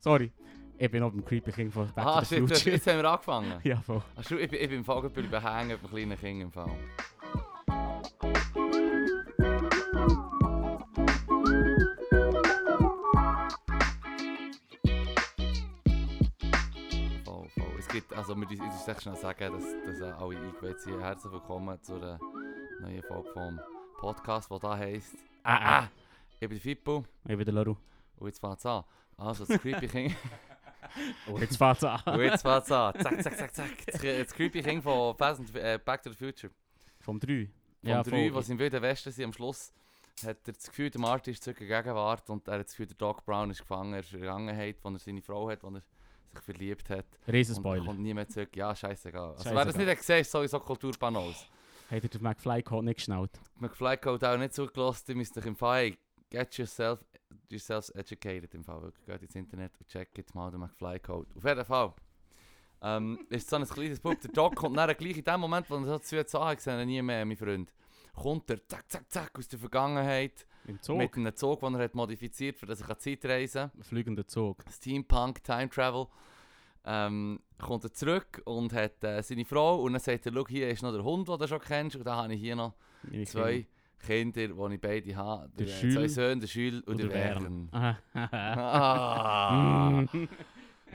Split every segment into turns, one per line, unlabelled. Sorry, ich bin auf dem creepy King von Back
Ah,
to the
shit, jetzt,
Future.
jetzt haben wir angefangen.
ja, voll.
Ach, schau, ich, bin- ich bin im Fall gerade bei Hängen mit einem kleinen Kind im Fall. Voll, voll. Es gibt, also wir müssen uns echt schnell sagen, dass, dass äh, alle eingeweiht sind. Herzlich willkommen zu einer neuen Folge vom Podcast, die da heisst
Ah, ah.
Ich bin Fippo
Ich bin der Leru.
und jetzt fängt's an. Also das Creepy King...
Oh, jetzt fängt's an.
Und jetzt fängt's an. Zack, zack, zack, zack. Das, das Creepy King von Fast and, äh, Back to the Future.
Vom 3.
Von drei, was im Wilden Westen sind, am Schluss hat er das Gefühl, der Marty ist zurück in die Gegenwart und er hat das Gefühl, der Doc Brown ist gefangen, er ist in der Vergangenheit, wo er seine Frau hat, wo er sich verliebt hat. Und er
Riesenspoiler.
kommt nie mehr zurück. Ja, scheißegal. Also, wer das
Scheissegal.
nicht hat gesehen ist sowieso Kulturpanos.
Hat er den McFly geholt, nicht geschnallt?
McFly hat auch nicht zugelassen, ihr müsst euch im Fall hey, get yourself, yourselves educated im Fall. Wirklich, geht ins Internet und checkt jetzt mal den McFly Code. Auf jeden Fall. Ähm, ist so ein kleines Bub, der Doc kommt dann gleich in dem Moment, wo er so zu jetzt anhat, gesehen nie mehr, mein Freund. Kommt er, zack, zack, zack, aus der Vergangenheit,
Im Zug?
mit einem Zug, den er hat modifiziert, für das er Zeit reisen kann.
Ein fliegender Zug.
Steampunk, Time Travel. Ähm, kommt er zurück und hat äh, seine Frau und dann sagt er, schau, hier ist noch der Hund, den du schon kennst und dann habe ich hier noch
Meine
zwei Kinder, die ich beide habe.
Der
Der, äh,
Schül
zwei Söhne, der Schül und,
Kinder.
der
Oder
Werner.
Wern. Aha.
Ah,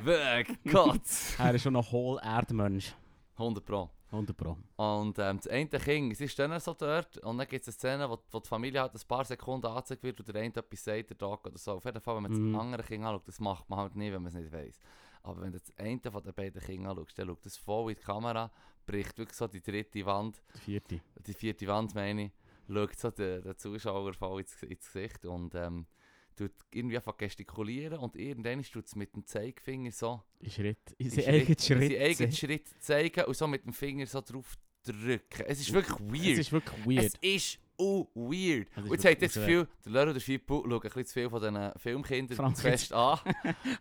weg, Gott.
er ist schon ein whole Erdmensch.
100 Pro.
100 Pro.
Und ähm, das eine Kind, sie stehen so dort und dann gibt es eine Szene, wo, wo die Familie halt ein paar Sekunden angezeigt wird und der eine etwas sagt, der Tag oder so. Auf jeden Fall, wenn man
Mhm.
das andere Kind anschaut, das macht man halt nie, wenn man es nicht weiß. Aber wenn du das eine von den beiden Kindern anschaust, dann schaut das voll in die Kamera, bricht wirklich so die dritte Wand
Der vierte.
die vierte Wand meine ich, schaut so den, den Zuschauer voll ins, ins Gesicht und ähm, tut irgendwie einfach gestikulieren und irgendwann tut es mit dem Zeigefinger so
In Schritt. In
in
seinen eigenen
in
Schritt.
seinen eigenen Schritt zeigen und so mit dem Finger so drauf drücken. Es ist wirklich
Es
weird.
ist wirklich
Es
weird.
ist, oh weird.
Das ist
und jetzt
wirklich
habt ihr das Gefühl, der Lehrer und der Fippo schauen ein bisschen zu viel von diesen Filmkindern
Franz
zu fest an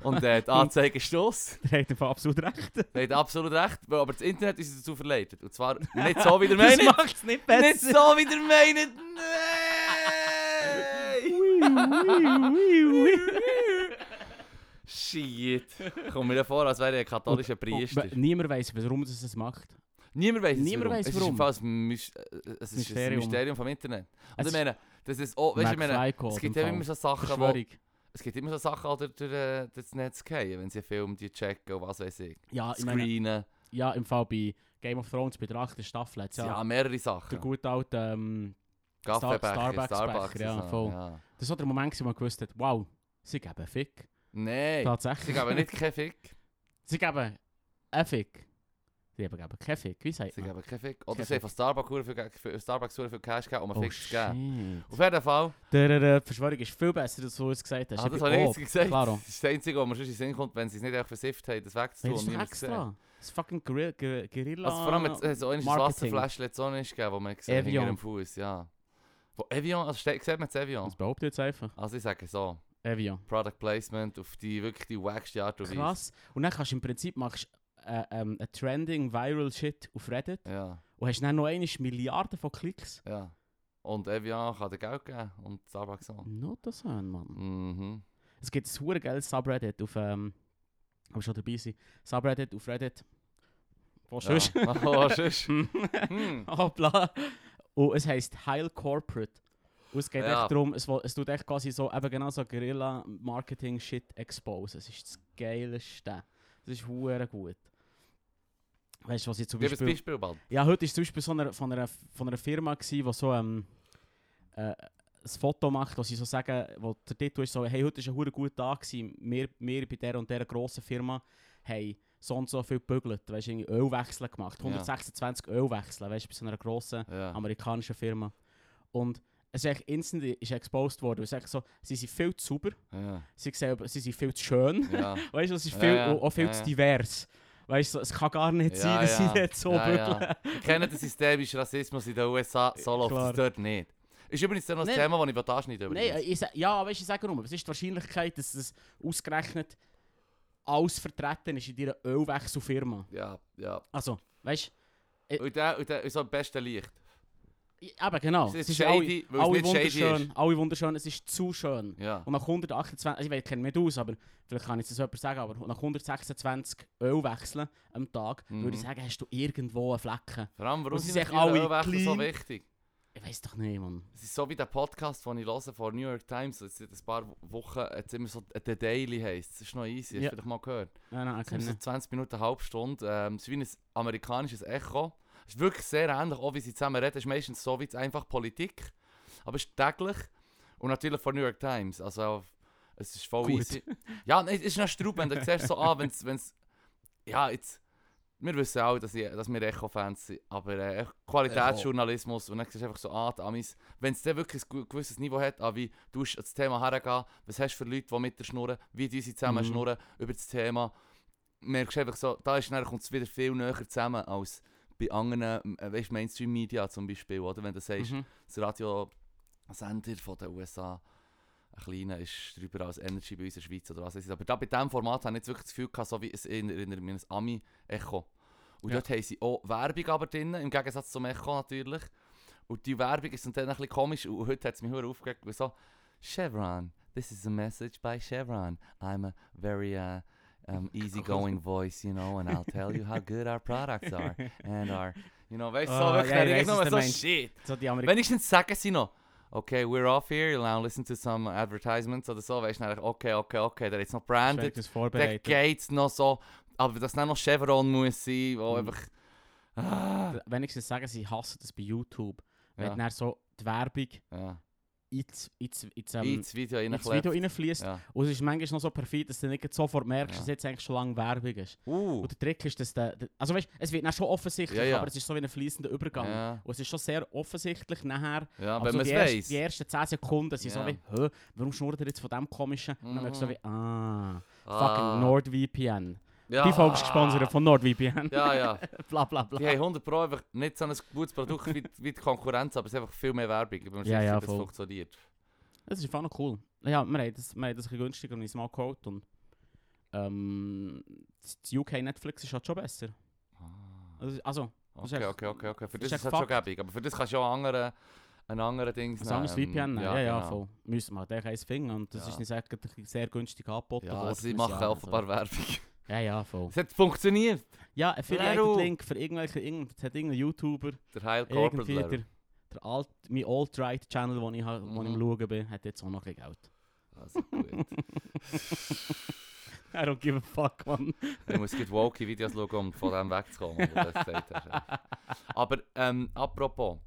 und äh, die Anzeige ist Schluss.
Der hat einfach absolut recht.
Ihr habt absolut recht, weil aber das Internet ist uns dazu verleitet. Und zwar nicht so, wie der
Das
Meinung.
macht's nicht besser.
Nicht so wie der meint! Nein!
Wiu, wiu, wiu, wiu.
Shit! Kommt mir vor, als wäre ich ein katholischer Priester.
Und we- Niemand weiß, warum es es macht.
Niemand weiß es.
Niemand
warum.
weiss
es
warum.
Ist im Fall ein Mys- äh, es ist
Mysterium.
ein Mysterium vom Internet. Und
Es
ich meine, das ist auch, weißt du, ich meine,
Code.
es gibt ja immer so Sachen, wo,
Verschwörung.
es gibt immer so Sachen, die durch, durch, äh, durch das Netz gehen, wenn sie einen Film die checken und was weiß ich.
Ja, Ah, ich meine,
Screenen.
ja, im Fall bei Game of Thrones bei der achten Staffel hat's
Ja,
ja,
mehrere
der
Sachen.
gute alte, ähm, Star-
Kaffeebecher,
Starbucks-Becher,
Starbucks. und
ja,
so,
voll.
ja.
das war der Moment, gewesen, wo man gewusst hat, wow, sie geben einen Fick.
Nein, sie
Tatsächlich.
geben nicht keinen Fick.
Sie geben einen Fick. Sie geben aber keinen Fick, wie sagt
Sie
man?
geben keinen Fick. Oder
Keinen
sie haben
Ah. Fick.
von Starbucks hure viel Geld- für, Starbucks hure viel Cash gegeben, um einen
oh,
Fick zu geben.
shit.
Auf jeden Fall,
Der, der, der Verschwörung ist viel besser, als du es gesagt hast.
ah, das
bin-
habe ich jetzt
oh,
gesagt,
Claro.
das ist das Einzige, was mir sonst in den Sinn kommt, wenn sie es nicht echt versifft haben, das
Nee,
wegzutun
das
und
ist doch
niemand gesehen.
extra. Das ist fucking Guer- Guer- Guerilla.
Also vor allem, jetzt- es hat auch ein
Marketing.
Wasserfläschchen jetzt auch nicht gegeben, wo man gesehen hat, hinter
Evian.
dem Fuß, ja. Wo Evian, also ste- sieht man das Evian?
Das behauptet jetzt einfach.
Also ich sage so,
Evian.
Product Placement auf die wirklich die wackste Art und Weise.
Krass. Und dann kannst du im Prinzip machst, äh, ähm, ein trending viral Shit auf Reddit
Ja,
und hast dann noch einmal Milliarden von Klicks.
ja. Und Evian kann dir Geld geben und Starbucks auch.
Not das hören, Mann.
Mhm.
Es gibt ein hure geiles Subreddit auf ähm, aber schon dabei sein. Subreddit auf Reddit. Wo
Ja.
sonst? Ah,
Oh, sonst. Hm.
Hoppla. Und es heisst Heil Corporate. Und es geht
Ja.
echt darum, es, wo- es tut echt quasi so, eben genau so Guerilla-Marketing-Shit expose. Es ist das Geilste. Es ist hure gut. Weißt du, was ich zum
Gib ein
Beispiel...
Beispiel bald.
Ja, heute war zum Beispiel so einer, von, einer, von einer Firma, gewesen, die so ähm, äh, ein Foto macht, wo sie so sagen, wo der Titel ist so, hey, heute war ein hure guter Tag, gewesen. wir, wir bei dieser und dieser grossen Firma haben so und so viel gebügelt, weißt du, irgendwie Ölwechsel gemacht,
Ja.
126 Ölwechsel, weißt du, bei so einer grossen
Ja.
amerikanischen Firma. Und es ist echt instant ist exposed worden, weil es echt so, sie sind viel zu sauber,
Ja.
sie, sehen, sie sind viel zu schön,
Ja.
weißt du, es ist
Ja,
viel,
ja.
auch viel
Ja,
zu
ja.
divers. Weißt du, es kann gar nicht
Ja,
sein, dass
ja.
sie nicht so
Ja, ja.
bügeln.
Wir kennen den systemischen Rassismus in den USA, so läuft
Klar.
es dort nicht. Ist übrigens noch ein
Nein.
Thema, das ich will anschneiden
Nein,
übrigens.
äh, ich, sa- ja, weißt du, ich sage nur, es ist die Wahrscheinlichkeit, dass es ausgerechnet alles vertreten ist in deiner Ölwechselfirma.
Ja, ja.
Also, weißt du,
Und, der, und, der, und so am besten Licht.
Ja, Eben, genau.
Es ist
Es ist alle,
shady, weil es
alle
nicht shady
wunderschön,
ist.
alle wunderschön, es ist zu schön.
Ja.
Und nach 128, also ich weiß, ich kenne mich nicht aus, aber vielleicht kann ich das jemand sagen, aber nach 126 Öl wechseln am Tag,
Mhm.
würde ich sagen, hast du irgendwo einen Flecken.
Vor allem, warum
Und sie
sind
sind
die alle
alle
Ölwechsel so
clean.
wichtig?
Ich weiß doch nicht, Mann.
Es ist so wie der Podcast, den ich höre von New York Times. Jetzt seit ein paar Wochen jetzt immer so äh, The Daily heisst. Das ist noch easy, hast du
Ja.
vielleicht mal gehört.
Nein, nein, ich
Es sind
kenne
so
nicht.
20 Minuten, eine halbe Stunde. Ähm, es ist wie ein amerikanisches Echo. Es ist wirklich sehr ähnlich, auch wie sie zusammen reden. Es ist meistens so wie es einfach Politik. Aber es ist täglich. Und natürlich von New York Times. Also es ist voll
Gut.
easy. Ja, nein, es ist noch Straub, wenn du siehst so an, wenn es- wenn es... Ja, jetzt... Wir wissen auch, dass, ich, dass wir Echo-Fans sind, aber äh, Qualitätsjournalismus und dann siehst du einfach so an, die Amis, wenn es dann wirklich ein gu- gewisses Niveau hat, an wie du hast das Thema hergehen, was hast du für Leute, die mit dir schnurren, wie die sie zusammen
Mhm.
schnurren über das Thema, merkst du einfach so, da ist, dann kommt es wieder viel näher zusammen als bei anderen, äh, weißt, Mainstream-Media zum Beispiel, oder? Wenn du sagst,
Mhm.
das Radiosender von den USA, ein kleiner, ist darüber als Energy bei uns in der Schweiz oder was weiß ich. Aber da, bei diesem Format habe ich jetzt wirklich das Gefühl gehabt, so wie es in, in, in einem Ami-Echo. Und
Ja.
dort haben sie auch Werbung aber drin, im Gegensatz zum Echo natürlich. Und die Werbung ist dann ein bisschen komisch und heute hat es mich verdammt aufgeregt, weil so Chevron, this is a message by Chevron. I'm a very uh, um, easygoing voice, you know, and I'll tell you how good our products are and our, you know, weißt du, so
Ah,
wirklich,
ja, ich
dann
weiss, was
denke ich
du
nur so
meinst.
shit.
So die Amerikaner.
Wenigstens sagen sie noch, okay, we're off here, you'll now listen to some advertisements oder so. Weißt du, dann, okay, okay, okay, der ist noch branded,
das
der
vorbereitet.
geht's noch so. Aber dass dann noch nou Chevron muss sein, wo
Mhm.
einfach. Ah,
Wenigstens sagen sie, hassen das bei YouTube. Wenn
ja,
dann so die Werbung
ja.
ins, ins, ins, ähm,
Ins Video
ins Video
reinkleben.
reinfließt.
Ja.
Und es ist manchmal noch so perfid, dass du nicht sofort merkst,
Ja.
dass jetzt eigentlich schon lange Werbung ist.
Uh,
Und der Trick ist, dass der, der- also weißt, es wird dann schon offensichtlich,
Ja, ja.
aber es ist so wie ein fließender Übergang.
ja,
Und es ist schon sehr offensichtlich nachher,
ja
aber
wenn
so
man
die,
es
ersten,
weiss.
die ersten 10 Sekunden sind
Ja.
so wie, «Hä, warum schnurrt ihr jetzt von dem komischen? Und dann merkst du so
Mhm.
wie, ah,
Ah.
fucking NordVPN.
Ja.
Die Folge ist gesponsert von NordVPN.
Ja, ja.
bla bla bla.
Die haben 100 Pro einfach nicht so ein gutes Produkt wie, wie die Konkurrenz, aber es ist einfach viel mehr Werbung. Ich bin mir
Ja,
sicher,
ja,
das
voll.
funktioniert.
Das ist einfach noch cool. Ja, wir haben das, wir haben das ein bisschen günstiger und uns mal geholt. Und, ähm, das das UK Netflix ist halt schon besser.
Ah.
Also, also Das ist
Okay,
echt-
okay, okay, okay. Für
das
das
ist
ist es
echt
halt schon gäbig, aber für das kannst du ja auch andere, ein anderes Ding
ein anderes VPN. nehmen. Ja, ja,
ehm, genau.
voll. Müssen wir. Der kann es finden. Und das
Ja.
ist nicht sehr, sehr günstig angeboten.
Ja,
worden
sie
fürs
machen
Jahr, also.
offenbar Werbung.
Ja, ja, voll.
Es hat funktioniert.
Ja, ein
Leru.
Affiliate-Link für irgendwelche, irgend, hat irgendein YouTuber,
Der Heil Corporate
irgendwie
Level.
der, der alt, mein Alt-Right-Channel, den ich, ha- wo ich
Mhm.
am schauen bin, hat jetzt auch noch ein bisschen Geld.
Also gut.
I don't give a fuck, man.
Ich muss gleich woke Videos schauen, um von dem wegzukommen, wo du das gesagt hast. Aber ähm, apropos,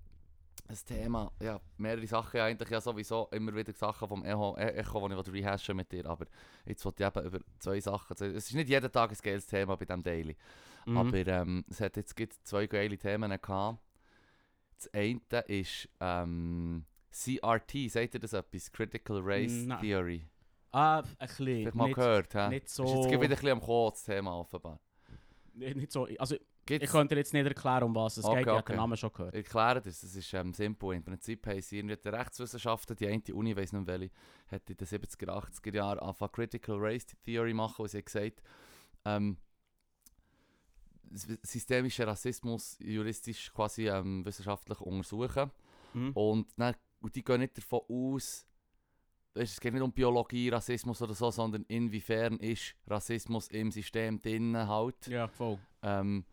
das Thema, ja, mehrere Sachen eigentlich, ja sowieso immer wieder Sachen vom Echo, E- Echo die ich rehashen mit dir, aber jetzt wollte ich eben über zwei Sachen, es ist nicht jeden Tag ein geiles Thema bei diesem Daily.
Mhm.
Aber ähm, es hat jetzt gibt zwei geile Themen gehabt. Das eine ist ähm, CRT, sagt ihr das etwas? Critical Race
Nein.
Theory.
ah, ein bisschen.
Vielleicht mal
nicht,
gehört, hä?
nicht
Ist jetzt
so.
gerade wieder ein bisschen am Kommen, das Thema offenbar.
Nicht nicht so. Also, ich
Gibt's,
könnte dir jetzt nicht erklären, um was es
Okay,
geht. Ich habe
okay.
den Namen schon gehört.
erkläre das, es ist ähm, simpel. Im Prinzip haben sie irgendwie die Rechtswissenschaften, die eine Uni, ich weiss nicht welche, hat in den 70er, 80er Jahren angefangen Critical Race Theory machen und sie hat gesagt, ähm, s- systemischen Rassismus juristisch quasi ähm, wissenschaftlich untersuchen.
Mhm.
Und, dann, und die gehen nicht davon aus, weisst, es geht nicht um Biologie, Rassismus oder so, sondern inwiefern ist Rassismus im System drin halt.
Ja, voll.
Ähm,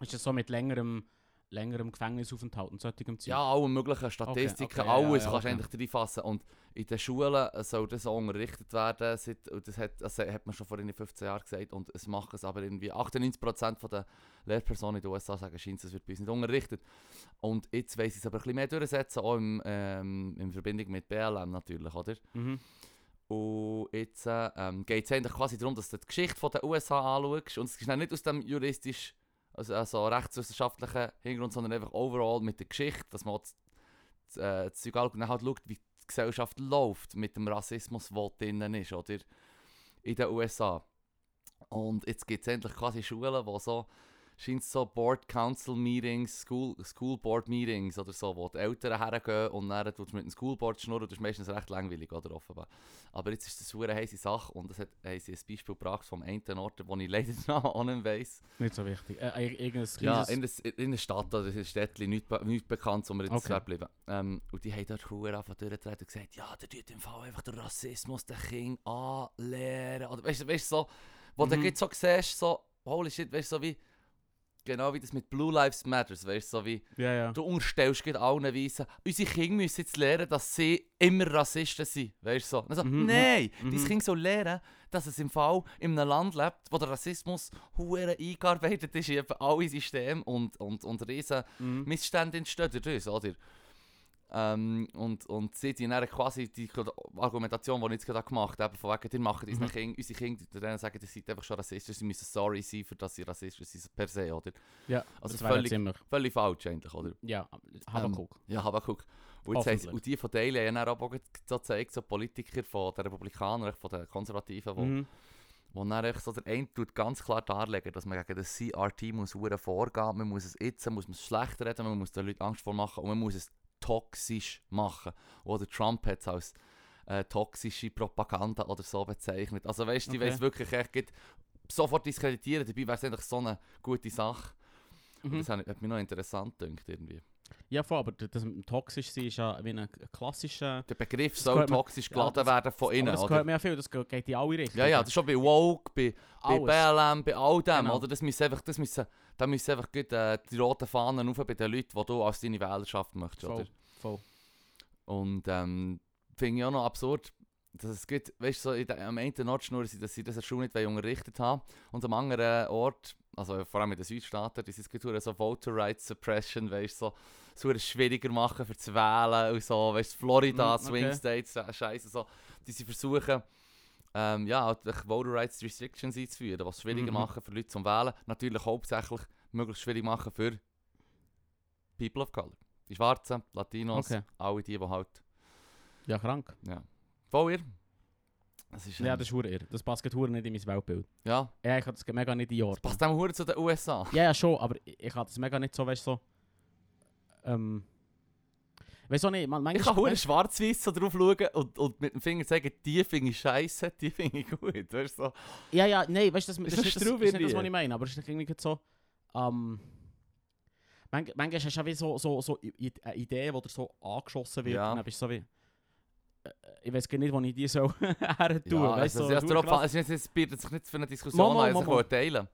Ist das so mit längerem, längerem Gefängnisaufenthalt und solchem Zeug?
ja, alle möglichen Statistiken,
okay, ja,
alles
ja,
kannst du
okay.
eigentlich reinfassen. Und in den Schulen äh, soll das auch unterrichtet werden, seit, und das hat, das hat man schon vor irgendwie 15 Jahren gesagt, und es machen es aber irgendwie 98% der Lehrpersonen in den USA sagen, scheint es wird bei uns nicht unterrichtet. Und jetzt weiss ich es aber ein bisschen mehr durchsetzen, auch im, ähm, in Verbindung mit BLM natürlich, oder?
Mhm.
Und jetzt äh, ähm, geht es eigentlich quasi darum, dass du die Geschichte von der USA anschaust. Und es ist dann nicht aus dem juristisch, also, also rechtswissenschaftlichen Hintergrund, sondern einfach overall mit der Geschichte, dass man auch das, das, äh, das Zeug anschaut und dann halt schaut, wie die Gesellschaft läuft mit dem Rassismus, der drinnen ist, oder? In den USA. Und jetzt gibt es endlich quasi Schulen, die so scheint so Board Council Meetings, School, School Board Meetings oder so, wo die Eltern hergehen und dann tut mit dem School Board schnurren. Das ist meistens recht langweilig, oder? Offenbar. Aber jetzt ist das eine heisse Sache und das hat, haben sie ein Beispiel gebracht vom einen Ort, wo ich leider noch auch nicht weiss.
Nicht so wichtig. Äh, ir- irgendein
Ja,
kleines...
in der, in der Stadt oder in der Städtli, nichts be nicht bekannt, wo wir jetzt
Okay.
okay. bleiben. Ähm, und die haben dort Huren angefangen durchgetreten und gesagt, ja, der tut im Fall einfach den Rassismus den Kindern anlehren. Oder weißt du, weißt, du, so, wo du
Mhm.
jetzt so siehst, so, holy shit, weißt du, so wie, genau wie das mit Blue Lives Matters, weißt du, so wie,
Ja, ja.
du unterstellst gerade allen Weisen, unsere Kinder müssen jetzt lernen, dass sie immer Rassisten sind, weißt du, so. Dann so
Mhm,
nein,
mhm.
dein Kind soll lernen, dass es im Fall in einem Land lebt, wo der Rassismus hure eingearbeitet ist in eben alle Systeme und, und, und riesen
Mhm.
Missstände entstehen dadurch, oder? Ähm, und, und sie die dann quasi die Argumentation, die ich jetzt gerade gemacht habe, von wegen, die machen unseren
Mhm.
Kindern, unsere Kinder, die denen sagen, die sind einfach schon Rassisten, sie müssen sorry sein, für dass sie Rassisten sind, per se, oder?
Ja,
Also
das wäre
völlig- Ähm,
ziemlich...
Völlig falsch eigentlich, oder?
Ja, Habakuk.
Ja, Habakuk. Und, jetzt heisst,
Hoffentlich.
und die von Daily haben dann aber auch so gezeigt, so Politiker von den Republikanern, von den Konservativen, wo,
Mhm.
wo dann echt so der eine tut ganz klar darlegen, dass man gegen das CRT muss hure vorgehen, man muss es jetzt, man muss es schlecht reden, man muss den Leuten Angst vormachen und man muss es toxisch machen. Oder Trump hat es als äh, toxische Propaganda oder so bezeichnet. Also weißt du, die
Okay.
weiss wirklich echt gerade sofort diskreditieren, dabei wäre es eigentlich so eine gute Sache.
Mhm.
Und das hat hat mich noch interessant gedacht irgendwie.
Ja, voll, aber das mit dem toxisch sein ist ja wie ein klassischer...
Der Begriff
Das
soll
gehört mir-
toxisch
ja,
geladen
das-
werden
aber
von Oh, innen,
das gehört
oder?
mir ja viel, das ge- geht in alle Richtungen.
Ja, ja, das ist schon bei Woke, bei, bei
Alles.
BLM, bei all dem,
Genau.
oder? Das müssen einfach, das müssen, da müssen einfach gut, äh, die roten Fahnen rauf bei den Leuten, die du als deine Wählerschaft möchtest,
Voll,
oder?
voll.
Und ähm, finde ich auch noch absurd, dass es gut, weißt du, so in der, am einen Nordschnur sind, dass sie das schon nicht unterrichtet haben und am anderen Ort, also vor allem in den Südstaaten, das ist gerade so Voter Rights Suppression, weißt du, so, so es schwieriger machen für zu wählen und so, weißt du, Florida,
Mm, okay.
Swing States, äh, Scheiße, so, die sie versuchen, ähm, ja, halt echt Voter Rights Restrictions einzuführen, was es schwieriger
Mhm.
machen für Leute zum Wählen, natürlich hauptsächlich möglichst schwierig machen für People of Color. Die Schwarzen, Latinos,
Okay.
alle die, die halt
Ja, krank.
ja. Voll ihr? Das ist,
Ja,
ähm,
das ist hure irre. Das passt gerade hure nicht in mein Weltbild.
ja.
Ja, ich habe das mega nicht in Ordnung.
Passt dem Huren zu den USA?
Ja, ja, schon, aber ich, ich habe das mega nicht so, weißt du, so... Ähm... Weißt du nicht, man,
Ich
manchmal...
kann Huren schwarz-weiß so drauf schauen und, und mit dem Finger sagen, die finde ich scheiße, die finde ich gut. Weißt du so?
Ja, ja, nein, weißt du, das, das, ist
Ist das
nicht das,
Straub
ist nicht
irgendwie?
das, was ich meine, aber es ist irgendwie gerade so. Ähm, manch- manchmal hast du auch wie so, so, so I- I- eine Idee, die dir so angeschossen wird.
Ja.
Und dann bist du so wie. äh, Ich weiß gar nicht, wo ich die so her tue.
ja,
weißt,
also,
so,
ja,
super krass.
es, ist, es bietet sich nicht für eine Diskussion
Mama,
an, also ich
Mama.
will teilen. Also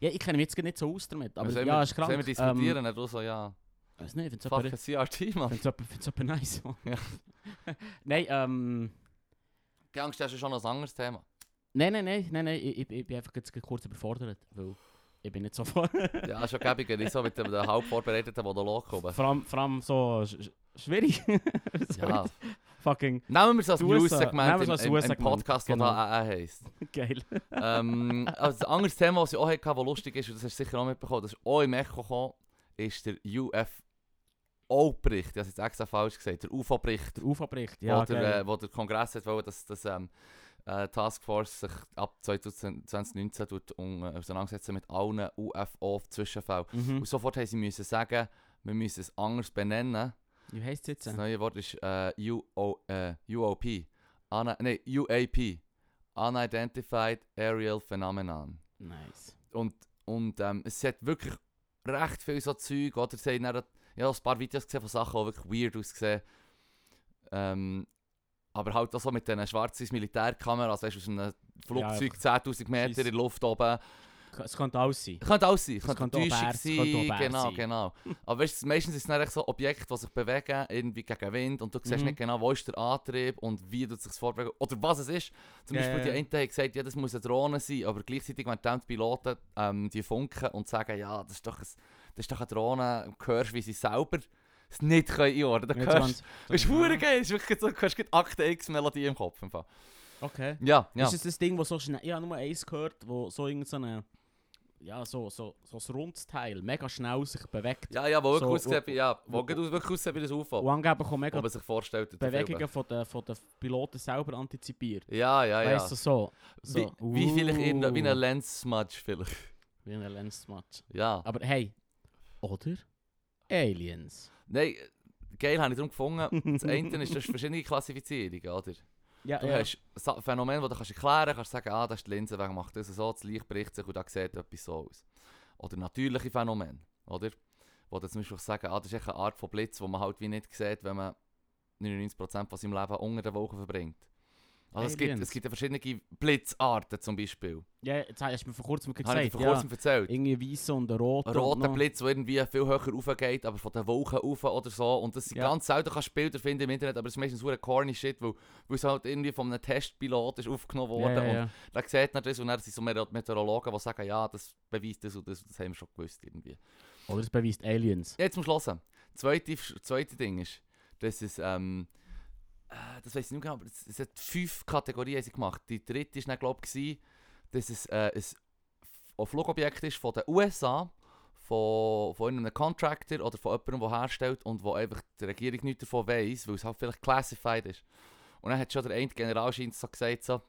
ja, ich kenne mich jetzt gar nicht so aus damit. Aber
sollen
ja,
wir,
ist krank.
Sollen wir diskutieren? Ähm, du so, ja,
Ähm, weiß nicht, ich
fuck,
finde
ein CRT, Mann.
es etwas nice. Mann.
Ja.
nein, ähm.
Keine Angst, das ist schon noch ein anderes Thema.
Nein, nein, nein, nein, nein, ich, ich, ich bin einfach jetzt kurz überfordert. Weil ich bin nicht so vor.
Ja, schon gäbiger, nicht so mit dem dem halb vorbereiteten Monolog kommen.
vor, allem, vor allem so sch sch- schwierig.
Ja.
Fucking
Nehmen wir es als
Die USA. Nehmen
News-Segment
wir es als
im, im, im
US-Segment,
Podcast, der
genau.
da AA heisst.
geil.
ähm, also ein anderes Thema, das ich auch hatte, das lustig ist, und das hast du sicher auch mitbekommen, das ist auch im Echo gekommen, ist der UFO-Bericht. Ich habe es jetzt extra falsch gesagt. Der UFO-Bericht,
Der UFA-Bericht, ja.
wo, der,
geil.
äh, wo der Kongress hat wollen, dass, dass ähm, äh, die Taskforce sich ab 2010 2019 tut, um, äh, auseinandersetzen mit allen UFO-Zwischenfällen.
mhm.
Und sofort haben sie müssen sagen, wir müssen es anders benennen.
Wie heisst es jetzt?
Das neue Wort ist äh, UO, äh, UOP. Una, nee, UAP. Unidentified Aerial Phenomenon.
Nice.
Und, und ähm, es hat wirklich recht viel so Zeug. Oder sie haben dann, ich habe ein paar Videos gesehen von Sachen, die wirklich weird ausgesehen ähm, Aber halt auch so mit diesen schwarzen Militärkameras, weißt du, aus einem Flugzeug 10.000 Meter in der Luft oben.
K- Es könnte alles sein.
Könnte alles sein, könnte
könnte auch
Täuschung
Bär- es
sein,
könnte auch Bär
genau,
sein.
genau. Aber weißt, du, meistens ist es dann echt so Objekte, die sich bewegen, irgendwie gegen Wind und du siehst
Mhm.
nicht genau, wo ist der Antrieb und wie tut es sich vorbewegen oder was es ist. Zum
Ja,
Beispiel
ja,
die
ja.
einen haben gesagt, ja, das muss eine Drohne sein, aber gleichzeitig wenn die Piloten ähm, die funken und sagen, ja, das ist doch, ein, das ist doch eine Drohne, und du hörst, wie sie selber es nicht können einordnen
Nicht
können. Du hörst,
ganz-
das ist verdammt geil, es ist wirklich so, du hörst gerade Akte X-Melodie im Kopf. Im Fall.
Okay.
Ja, ja.
Ist es das Ding, wo so schnell... Ich habe nur eins gehört, wo so irgendeine... eh, Ja, so, so, so ein rundes Teil mega schnell sich bewegt.
ja, ja, wo wirklich
So,
aussieht wie- ja, wo
wo-
gerade wirklich aussieht wie das
Und
UFO,
angeblich kommen
wo
mega
man sich vorstellt. in den Filmen.
Bewegungen von den, von den Piloten selber antizipiert.
Ja, ja, ja.
Weißt du, so... so.
Wie, wie vielleicht in, wie
Uh.
ein Lens-Smudge vielleicht.
Brian Lenz Match.
Ja.
Aber hey, oder? Aliens.
Nein, äh, geil habe ich darum gefunden. Das eine ist, du hast verschiedene Klassifizierungen, oder?
Ja,
Du
ja.
hast Sa- Phänomene, die du kannst erklären kannst, kannst sagen, ah, das ist die Linse, wegen macht das und so, das Licht bricht sich und dann sieht etwas so aus. Oder natürliche Phänomene, oder? Wo du zum Beispiel kannst sagen, ah, das ist echt eine Art von Blitz, die man halt wie nicht sieht, wenn man 99% von seinem Leben unter der Woche verbringt. Also es gibt,
Aliens.
es gibt ja verschiedene Blitzarten zum Beispiel.
ja, jetzt hast du mir vor kurzem
Das habe
gesagt.
ich dir vor
Ja.
kurzem erzählt.
Irgendwie weißer und ein roter.
Ein
und
roter
noch-
Blitz, der irgendwie viel höher raufgeht, aber von den Wolken rauf oder so. Und das sind
Ja.
ganz selten kannst du Bilder finden im Internet, aber das ist meistens ein corny Shit, weil, weil es halt irgendwie von einem Testpilot ist aufgenommen worden.
Ja, ja,
Und
ja.
dann sieht man das und dann sind so Meteor- Meteorologen, die sagen, ja, das beweist das und das, das haben wir schon gewusst irgendwie.
Oder es beweist Aliens.
Jetzt muss ich hören. Zweite, zweite Ding ist, das ist, ähm, äh, das weiß ich nicht genau, aber es, es hat fünf Kategorien haben sie gemacht. Die dritte ist dann, glaube ich, dass es äh, ein F- ein Flugobjekt ist von den USA, von, von einem Contractor oder von jemandem, der herstellt und wo einfach die Regierung nichts davon weiß, weil es halt vielleicht classified ist. Und dann hat schon der eine General scheint so gesagt, so,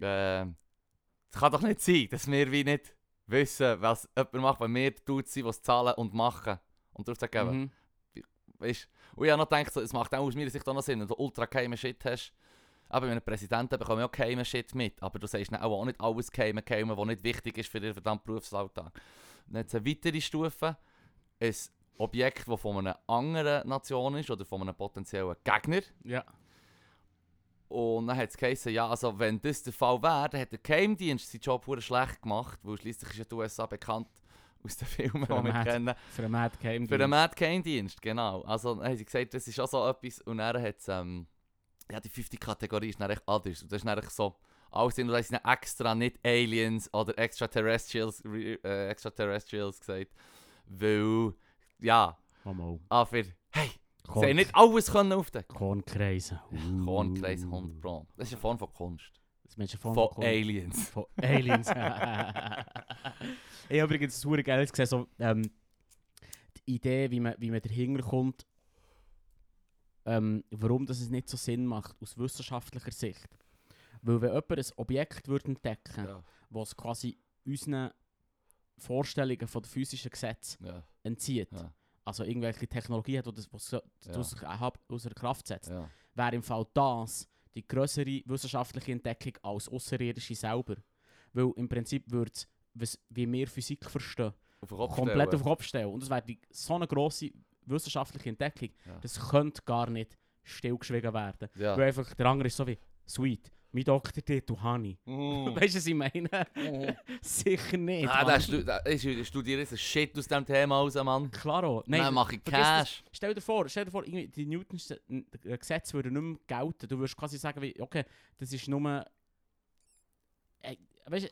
äh, es kann doch nicht sein, dass wir wie nicht wissen, was jemand macht, weil wir tut sind, die es zahlen und machen. Und darauf zu geben.
Mhm.
Weißt du? Und ich habe noch gedacht, so, es macht auch aus meiner Sicht auch noch Sinn, wenn du ultra geheimen Shit hast. Aber wenn ein Präsident bekomme ich auch geheimen Shit mit. Aber du sagst dann auch, auch nicht alles geheime, geheime, was nicht wichtig ist für den verdammten Berufsalltag. Dann hat es eine weitere Stufe. Ein Objekt, das von einer anderen Nation ist oder von einem potenziellen Gegner.
Ja.
Und dann hat es geheißen, ja, also wenn das der Fall wäre, dann hat der Geheimdienst seinen Job verdammt schlecht gemacht, weil schließlich ist ja die USA bekannt aus den Filmen, die
Für den
wir
Mad-
kennen.
Für einen Mad Game.
Für den Mad Geheimdienst, genau. Also dann haben sie gesagt, das ist auch so etwas. Und dann hat es, ähm, ja, die fünfte Kategorie ist dann echt anders. Und das ist dann echt so, alles in, da sind dann extra nicht Aliens oder Extraterrestrials, re- äh, Extraterrestrials gesagt. Weil, ja,
Oh, mal.
aber hey, sie
Korn-
haben nicht alles können aufdecken.
Kornkreise. Uh.
Kornkreis 100 Pro. Das ist eine Form von Kunst.
Das Menschen
Von,
von, von
Aliens.
Von Aliens. ich habe übrigens super geil gesehen, so, ähm, die Idee, wie man, wie man dahinter kommt, ähm, warum das es nicht so Sinn macht, aus wissenschaftlicher Sicht. Weil wenn jemand ein Objekt würde entdecken würde,
Ja,
was quasi unseren Vorstellungen von den physischen Gesetzen
ja,
entzieht,
Ja.
also irgendwelche Technologie hat, die das, was so- das
Ja.
aus- hab- außer Kraft setzt,
ja.
wäre im Fall das die größere wissenschaftliche Entdeckung als außerirdische selber. Weil im Prinzip würde es, wie wir Physik verstehen,
Auf den Kopf
komplett auf
stellen.
den Kopf stellen. Und das wäre die- so eine grosse wissenschaftliche Entdeckung,
Ja.
das könnte gar nicht stillgeschwiegen werden.
Ja.
Weil einfach der andere ist so wie, sweet, mein Doktortitel habe ich.
Mhm.
Weißt du, was ich meine? Sicher nicht.
Ah,
Mann.
da stu- da- ich studiere jetzt ein Shit aus dem Thema raus, Mann.
Klaro.
Nein,
Nein,
mache ich
vergiss das.
Cash.
Stell dir vor, stell dir vor irgendwie die Newtons äh, äh, Gesetze würden nicht mehr gelten. Du würdest quasi sagen, wie, okay, das ist nur. Äh, weißt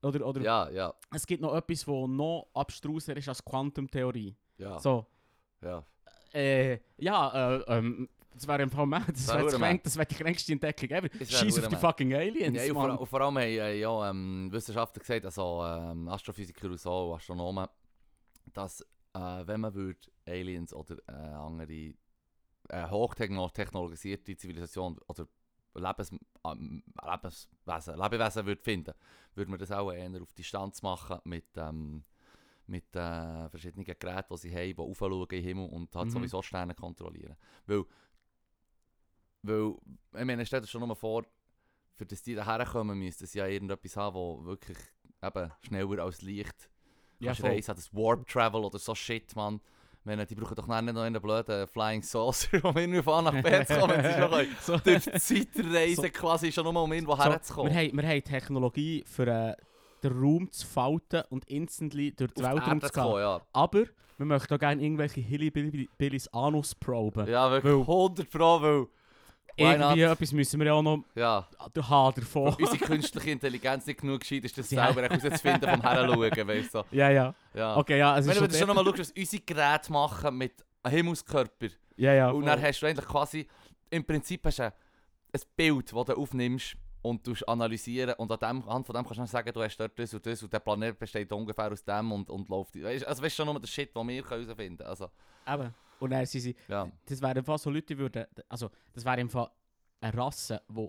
du, oder, oder
Ja, ja,
es gibt noch etwas, das noch abstruser ist als Quantumtheorie.
ja,
So,
ja.
äh, ja, äh, ähm, das wäre im Fall mad. Das
wär
wäre das
hure mad.
krank- das wär die kränkste Entdeckung ever.
wär
Scheiß
hure
auf die
mad.
fucking Aliens.
Ja, und,
Mann.
vor, und vor allem haben äh, ja, ähm, Wissenschaftler gesagt, also ähm, Astrophysiker und so, und Astronomen, dass äh, wenn man würde Aliens oder äh, andere äh, hochtechnologisierte Zivilisation oder Lebens, ähm, Lebenswesen, Lebewesen würde finden, würde man das auch eher auf Distanz machen mit, ähm, mit äh, verschiedenen Geräten, die sie haben, die aufschauen in den Himmel und halt
Mhm.
sowieso Sterne kontrollieren. Weil, weil, ich meine, stell dir schon mal vor, für das die daher kommen, müsste es ja irgendetwas haben, wo wirklich eben schneller als Licht
Ja,
ja,
voll.
reisen, das Warp Travel oder so Shit, man. Meine, die brauchen doch nachher nicht noch einen blöden Flying Saucer, um irgendwie von A nach B zu kommen. Sie schon können
So-
durch die Zeit reisen,
So-
quasi schon nur um irgendwo
So,
herzukommen.
Wir haben, wir haben Technologie für äh, den Raum zu falten und instantly durch die
Auf die
Weltraum
Erde
zu gehen.
ja.
Aber wir möchten auch gerne irgendwelche Hillybillies Anus proben.
Ja, wirklich
Weil-
100 Pro, weil... why not?
Irgendwie etwas müssen wir ja auch noch
Ja,
haben davon.
unsere künstliche Intelligenz nicht genug gescheit ist, das
Ja.
selber herauszufinden, vom Heranschauen, weißt du.
ja, ja.
Ja.
Okay, ja, es
Wenn
ist
du
schon...
schon nochmal schaust, was unsere Geräte machen mit Himmelskörper,
Ja, ja. Oh,
und dann hast du eigentlich quasi... Im Prinzip hast du ein ein Bild, das du aufnimmst und du analysieren und an dem, anhand von dem kannst du dann sagen, du hast dort das und das und der Planet besteht ungefähr aus dem und, und läuft... Weißt, also weißt du schon nur den Shit, den wir können herausfinden können. Also,
Eben. Und dann sind sie...
ja.
Das wären im Fall so Leute, die würden... Also, das wäre im Fall eine Rasse, die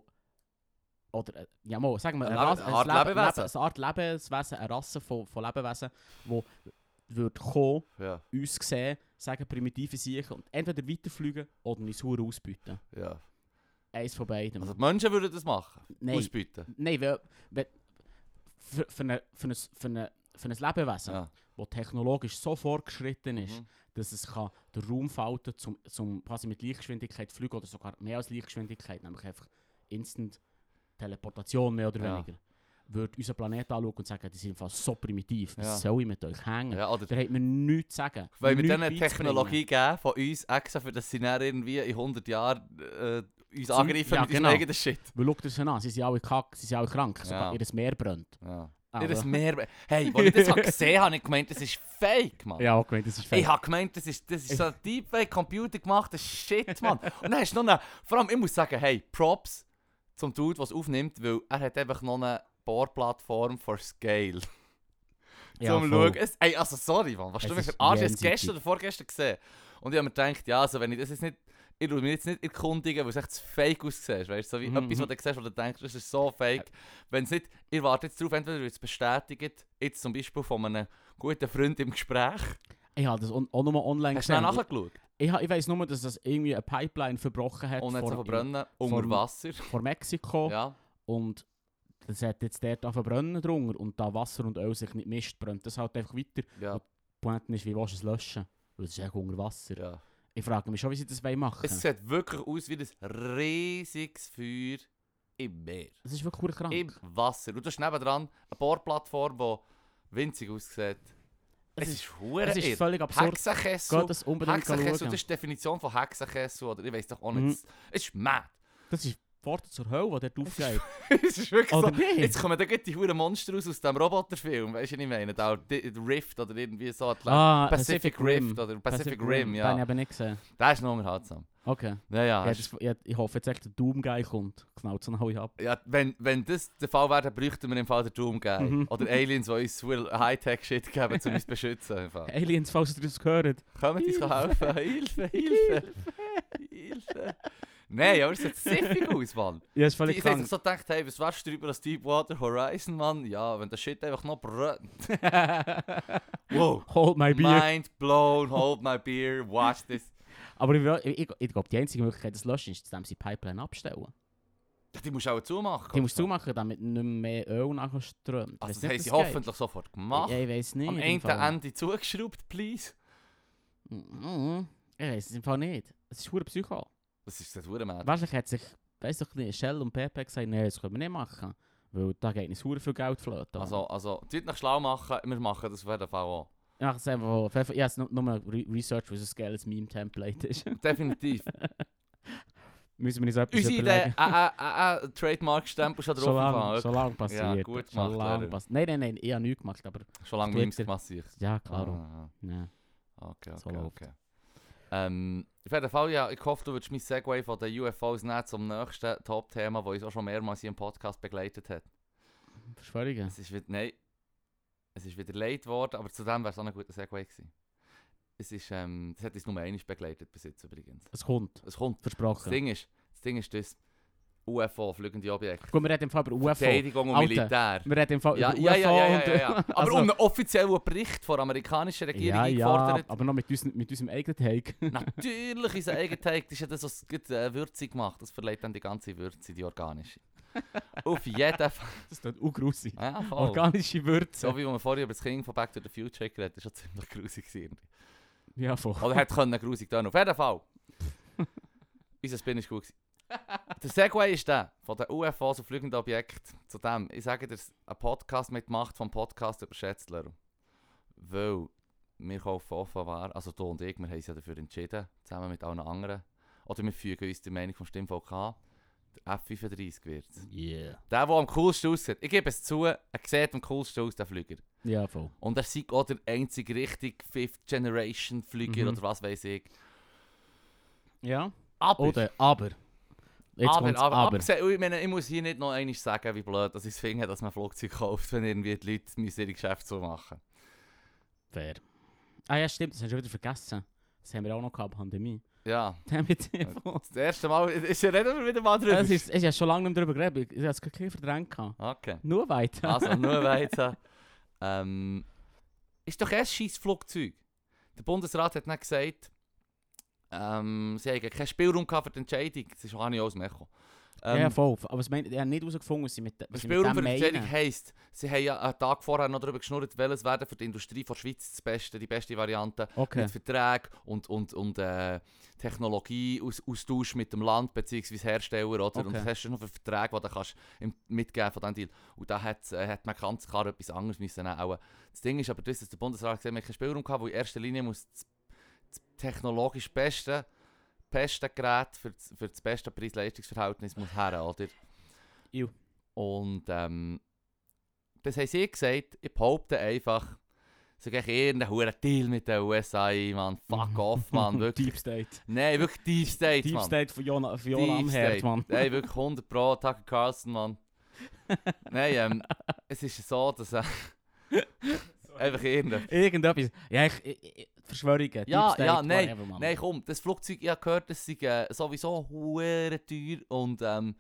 Oder, äh, ja, mal, sagen wir,
Ein
eine
Lebe-
Rasse- ein
Art
Lebe-
Lebewesen.
Lebe- eine Art Lebenswesen, eine Rasse von, von Lebewesen, die würde kommen,
Ja,
uns sehen, sagen primitive Sachen und entweder weiterfliegen oder uns Huren ausbeuten.
ja.
Eins von beidem.
Also die Menschen würden das machen.
Nein.
Ausbieten.
Nein, weil, weil für, für, eine, für, ein, für, eine, für ein Lebewesen,
Ja.
das technologisch so fortgeschritten ist,
Mhm.
dass es kann den Raum falten zum, zum quasi mit Lichtgeschwindigkeit fliegen oder sogar mehr als Lichtgeschwindigkeit, nämlich einfach instant Teleportation mehr oder
Ja.
weniger, würde unseren Planeten anschauen und sagen, die sind fast so primitiv, was
Ja.
soll ich mit euch hängen?
Ja, oder
Da hat man nichts zu sagen.
Weil wir
nichts
denen
beizubringen.
Technologie geben von uns extra, für dass sie dann irgendwie in 100 Jahren äh, uns
Zum-
angreifen
ja,
mit
genau.
unserem eigenen Shit.
Weil schau dir das an, sie sind alle kack, sie sind alle krank, sogar
Ja.
ihr Meer Ah, brennt.
Ja.
Aber-
Ihr Meer... Hey, als ich das hab gesehen habe, habe ich gemeint, das ist fake, Mann.
ja, okay, das ist
Ich habe gemeint, das ist, das ist so ein Deepfake-Computer gemacht, das Shit, Mann. Und dann hast du noch eine... Vor allem, ich muss sagen, hey, Props zum Dude, der es aufnimmt, weil er hat einfach noch eine Bohrplattform for Scale.
Ja,
zum
voll.
Schauen. Es, ey, also sorry, Mann, was
Es
du mir
ist
für Arsch hast du es
jenseitig.
gestern oder vorgestern gesehen? Und ich habe mir gedacht, ja, also wenn ich das jetzt nicht, ich würde mich jetzt nicht erkundigen, weil es echt zu fake aussieht, weißt du, so wie
Mhm,
etwas,
mhm.
was du siehst, wo du denkst, das ist so fake. Wenn es nicht, ihr wartet jetzt drauf, entweder wird es bestätigt, jetzt zum Beispiel von einem guten Freund im Gespräch,
Ich habe das on auch nur online
hast du dann
gesehen.
nachgeschaut
Ich, ha- ich weiß nur, dass das irgendwie eine Pipeline verbrochen hat
und hat
vor,
so verbrennen, unter
vor-
Wasser,
vor Mexiko
ja,
und das hat jetzt dort angefangen zu verbrennen drunter und da Wasser und Öl sich nicht mischt, brennt das halt einfach weiter.
ja,
Die Pointe ist, wie willst du es löschen? Weil es ist echt unter Wasser.
ja.
Ich frage mich schon, wie sie das wollen machen
Es sieht wirklich aus wie ein riesiges Feuer im Meer.
Das ist wirklich krank.
im Wasser. Und du hast nebendran eine Bohrplattform, die winzig aussieht.
es
Es
ist,
ist hure
es ist
irre.
völlig absurd.
Hexenkessel.
Geht das unbedingt
Hexenkessel,
schauen.
das ist die Definition von Hexenkessel. Oder ich weiß doch auch nicht.
Mhm.
Es- Es ist mad.
Das ist Pforte zur Hölle, die dort aufgeht.
es ist wirklich
Oder
so.
nicht?
Jetzt kommen da gleich die huren Monster raus aus diesem Roboterfilm. Weißt du, was ich meine? Da, die, die Rift oder irgendwie so. Atlantik-
Ah,
Pacific, Rift oder Pacific, Rim,
Den habe ich
ja. Ah,
eben nicht gesehen.
Der ist noch unterhaltsam.
Okay.
Ja, ja.
Ja,
hast-
das, ja, ich hoffe jetzt echt, der Doomguy kommt. Knallt so eine ab.
Ja, wenn, wenn das der Fall wäre, dann bräuchten wir im Fall den Doom Guy.
Mhm.
Oder Aliens, die uns viel Hightech-Shit geben, um uns zu beschützen. Im Fall.
Aliens, falls ihr das gehört.
Kommt uns helfen. Hilfe, Hilfe. Hilfe. Nein, aber es sieht siffig aus, Mann.
Ja, ist völlig
Ich hätte
krank.
so gedacht, hey, was wärst du über das Deepwater Horizon, Mann? Ja, wenn der Shit einfach noch brennt. Wow.
Hold my beer.
Mind blown, hold my beer, watch this.
Aber ich, will- ich, ich, ich glaube, die einzige Möglichkeit, das zu löschen, ist, indem sie die Pipeline abstellen.
Die musst du auch zumachen.
Die musst du zumachen, damit nicht mehr Öl nachströmt.
Also,
Weiss
das haben
ob
sie
geht.
hoffentlich sofort
Ja,
gemacht.
Ich weiß nicht.
Am
im
Ende
Fall.
Ende zugeschraubt, please.
Mhm. Ich weiß es im Fall nicht. Es ist hure Psycho.
Das ist das Hurenmädchen.
Wahrscheinlich hat sich, weiß doch nicht, Shell und Pepe gesagt, nein, das können wir nicht machen. Weil da geht nicht hure viel Geld flöten.
Also, also, tut nach schlau machen, wir machen das auf jeden Fall auch.
ich mache es einfach, ich habe nur mal Re Research, weil es ein geiles Meme-Template ist.
Definitiv.
Müssen wir uns etwas
Unsere
überlegen.
Idee, äh, äh, äh, äh, Trademark-Stempel schon drauf.
Schon lang,
gefahren.
schon lang passiert.
gut
schon
gemacht,
lang
Lehrer.
pass Nein, nein, nein, ich habe nichts gemacht, aber
schon lange
Auf
Memes
Twitter.
gemacht. sich.
ja, klar.
Ah,
Ja.
ah, okay,
So
okay,
läuft.
okay. Ähm, auf jeden Fall, ja, ich hoffe, du würdest mein Segway von den UFOs nehmen zum nächsten Top-Thema, das uns auch schon mehrmals hier im Podcast begleitet hat.
Verschwörungen.
Es ist wieder, nein, es ist wieder late geworden, aber zu dem wäre es auch ein guter Segway gewesen. Es ist, ähm, das hat uns nur einmal begleitet bis jetzt übrigens.
Es kommt.
Es kommt. Das
Versprochen.
Ding ist, das Ding ist das UFO, fliegende Objekte.
Gut, wir reden im Fall über UFO. Wir
Verteidigung und
Alter.
Militär.
reden im Fall
Ja,
über
ja,
UFO.
ja, ja, ja,
und,
ja, ja. Aber
also-
um einen offiziellen Bericht von der amerikanischen Regierung
ja, ja,
eingefordert.
aber noch mit, uns, mit unserem eigenen Take.
Natürlich, unser eigener Teig, das ist ja das, was gut, äh, würzig macht. Das verleiht dann die ganze Würze, die organische. Auf jeden Fall.
Das ist auch grusig.
Ja, voll.
Organische Würze.
Oh. so wie wir vorhin über das Kind von Back to the Future geredet haben, das war schon ziemlich grusig. gewesen.
Ja, voll.
Oder hätte können grusig tun. Auf jeden Fall. Unser Spin ist gut. gewesen. Der Segway ist der, von den UFOs und fliegenden Objekten. Zu dem, ich sage dir, ein Podcast mit Macht vom Podcast überschätzt, Leru. Weil wir kaufen offenbar, also du und ich, wir haben uns ja dafür entschieden, zusammen mit allen anderen. Oder wir fügen uns der Meinung vom Stimmvolk an, der F35 wird
Yeah.
Der, der am coolsten aussieht. Ich gebe es zu, er sieht am coolsten aus, der Flüger.
Ja, voll.
Und er sei auch der einzige richtig Fifth Generation Flüger
Mhm.
oder was weiß ich.
Ja.
Aber,
Oder, aber. Jetzt
aber,
kommt's,
aber, aber. abgesehen- ich, meine, ich muss hier nicht noch einmal sagen, wie blöd dass ich es finde, dass man Flugzeug kauft, wenn irgendwie die Leute müssen ihre Geschäfte so machen.
Fair. Ah ja, stimmt, das hast du wieder vergessen. Das haben wir auch noch gehabt, Pandemie.
Ja,
Damit
das erste Mal. Ist, reden wir wieder mal drüber.
Es ist, es ist ja schon lange nicht mehr darüber geredet. Ich habe es gerade ein bisschen verdrängt. gehabt.
Okay.
Nur weiter.
Also, nur weiter. ähm, ist doch erst scheiß Flugzeug. Der Bundesrat hat nicht gesagt, ähm, sie hätten keinen Spielraum gehabt für die Entscheidung. Das habe ich auch aus dem Echo.
ja,
Ähm,
voll. Aber es meint, ich habe nicht herausgefunden, was sie mit,
der
was sie mit
Spielraum
dem
für die Entscheidung
meinen.
heisst, sie haben ja einen Tag vorher noch darüber geschnurrt, welches wäre für die Industrie von der Schweiz das Beste, die beste Variante.
Okay.
Mit Verträgen und, und, und äh, Technologieaustausch mit dem Land bzw. Hersteller. Oder? Und
Okay.
das hast du noch für Verträge, die du kannst im- mitgeben von diesem Deal. Und da hat, äh, hat man ganz klar etwas anderes müssen nehmen. Auch, äh, das Ding ist aber, das, dass der Bundesrat gesehen hat, keinen Spielraum gehabt, wo in erster Linie muss das, das technologisch beste, beste Gerät für das, für das beste Preis-Leistungs-Verhältnis muss her, oder?
Iu.
Und ähm, das haben sie gesagt, ich behaupte einfach, so gehe ich irgendeinen Huren Deal mit den USA ein, Mann. Fuck off, Mann. Wirklich.
Deep State.
Nein, wirklich Deep State,
Mhm. Deep
Mann.
State von Jona, von
Deep
Jona am Herd,
State.
Mann.
Nein, wirklich 100 Pro, Tucker Carlson, Mann. Nein, ähm, es ist so, dass äh, einfach irgendein...
Irgendetwas. Ja, ich, ich, ich Verschwörungen.
Ja,
Deep State,
ja, nein,
whatever, Mann.
Nein, komm, das Flugzeug, ich habe gehört, das sei äh, sowieso hure teuer und ähm,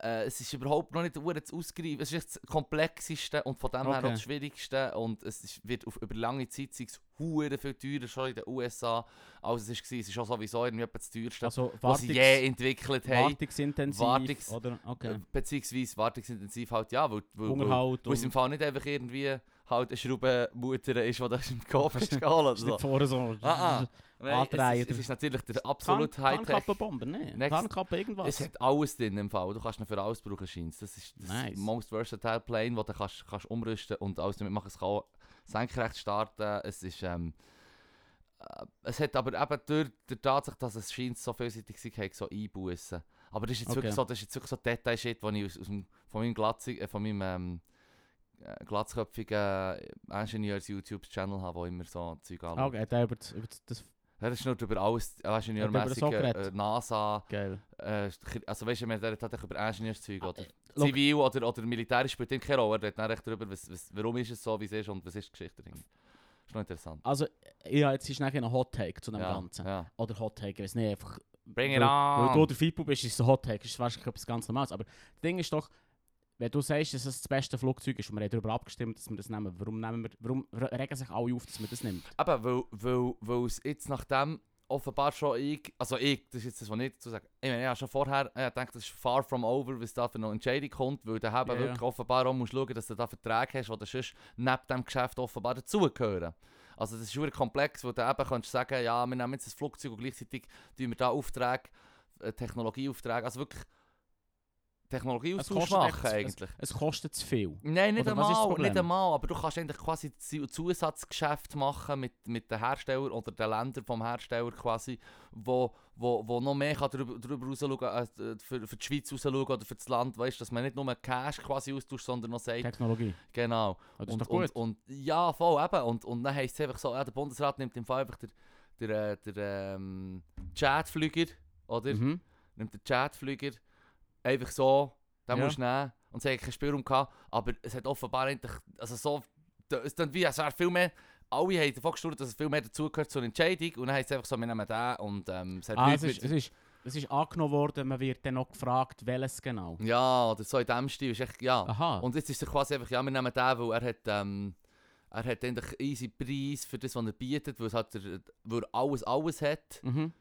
äh, es ist überhaupt noch nicht hure zu ausgreifen. Es ist echt das komplexeste und von dem her
Okay.
auch das schwierigste und es ist, wird auf, über lange Zeit sei es hure viel teurer schon in den USA als es ist war. Es ist auch sowieso irgendwie etwa das teuerste,
Also,
was sie je
Wartungs,
entwickelt haben.
wartungsintensiv.
Wartungs-
oder? Okay.
Äh, Beziehungsweise wartungsintensiv halt, ja, weil, weil, weil,
Hungerhaut
weil es im
und...
Fall nicht einfach irgendwie halt eine Schraubenmutter ist, die das im Kopf ist geholt oder
Ist
so.
nicht vorne so...
Ah, ah. Nein,
Antreiben.
es, ist, es ist natürlich der
Tarn-
absolute Hightech.
Tarnkappe Bomber, ne?
Next-
Tarnkappe
Es
irgendwas.
hat alles drin im Fall. Du kannst ihn für alles brauchen, scheint Das ist das
Nice.
most versatile Plane, das du kannst, kannst umrüsten und alles damit machen. Es kann auch senkrecht starten. Es ist... Ähm, äh, es hat aber eben durch die Tatsache, dass es scheint so vielseitig war, so einbussen. Aber das ist jetzt
Okay.
wirklich so, das ist jetzt wirklich so Detail-Shit, den ich aus, aus dem, von meinem, Glatzig, äh, von meinem ähm, äh, glatzköpfigen Ingenieurs-YouTube-Channel habe, wo immer so Zeug anschaut.
Ah, Okay, der über das- über das- das...
Ja, das ist nur über alles, äh, weisst du,
Hat er über das auch
ingenieurmässig, äh,
geredet?
NASA,
Geil.
äh, also weißt du, wir reden halt über Ingenieurszeug, oder?
Schau.
Zivil oder, oder militärisch spielt dann keine Rolle, er redet dann echt darüber, was, was, warum ist es so, wie es ist und was ist die Geschichte dahinter. Ist noch interessant.
Also, ja, jetzt ist nachher ein Hot Take zu dem
ja, Ah.
Ganzen.
Ja.
Oder Hot Take, ich weiß nicht, einfach...
Bring it
weil, Weil du
on!
der Fipu bist, ist es ein Hot Take, ist wahrscheinlich etwas ganz Normales. Aber das Ding ist doch, wenn du sagst, dass es das beste Flugzeug ist und wir haben darüber abgestimmt, dass wir das nehmen, warum, nehmen wir, warum re- regen sich alle auf, dass man das nimmt?
Eben, weil, weil, weil es jetzt nachdem offenbar schon ich, also ich, das ist jetzt das, was ich dazu sage, ich meine, ja, schon vorher, ich denke, das ist far from over, was da für eine Entscheidung kommt, weil du eben
Ja, ja.
wirklich offenbar auch musst schauen, dass du da Verträge hast, die sonst neben dem Geschäft offenbar dazugehören. Also das ist schon komplex, wo du eben kannst sagen, ja, wir nehmen jetzt ein Flugzeug und gleichzeitig tun wir da Aufträge, äh, Technologieaufträge, also wirklich Technologieaustausch
kostet echt-
machen
es-
eigentlich.
Es kostet zu viel.
Nein, nicht
Oder was ist das
einmal,
Problem?
nicht einmal, aber du kannst eigentlich quasi zu- Zusatzgeschäft machen mit, mit den Herstellern oder den Ländern vom Hersteller quasi, wo, wo, wo noch mehr kann darüber, darüber raus schauen, äh, für, für die Schweiz raus schauen oder für das Land, weißt, dass man nicht nur Cash quasi austauscht, sondern noch sagt,
Technologie.
genau.
Oh, das
und,
ist doch gut.
Und, und, ja, voll, eben. Und, und dann heisst es einfach so, ja, der Bundesrat nimmt im Fall einfach den, den, äh, den ähm, Jetflüger, oder?
mhm.
nimmt den Chatflüger einfach so, den
Ja.
musst du nehmen. Und sie hatten keinen Spielraum gehabt, aber es hat offenbar eigentlich, also so, d- es klingt wie, es wäre viel mehr, alle haben davon gestört, dass es viel mehr dazugehört zur Entscheidung und dann heisst es einfach so, wir nehmen den und ähm, es hat
ah, es,
nichts
ist, es,
mit...
ist, es ist angenommen worden, man wird dann noch gefragt, welches genau.
Ja, oder so in dem Stil, ist echt, ja.
Aha.
Und jetzt ist es quasi einfach, ja, wir nehmen den, weil er hat, ähm, er hat eigentlich easy Preis für das, was er bietet, weil, es halt der, weil er alles, alles hat.
mhm.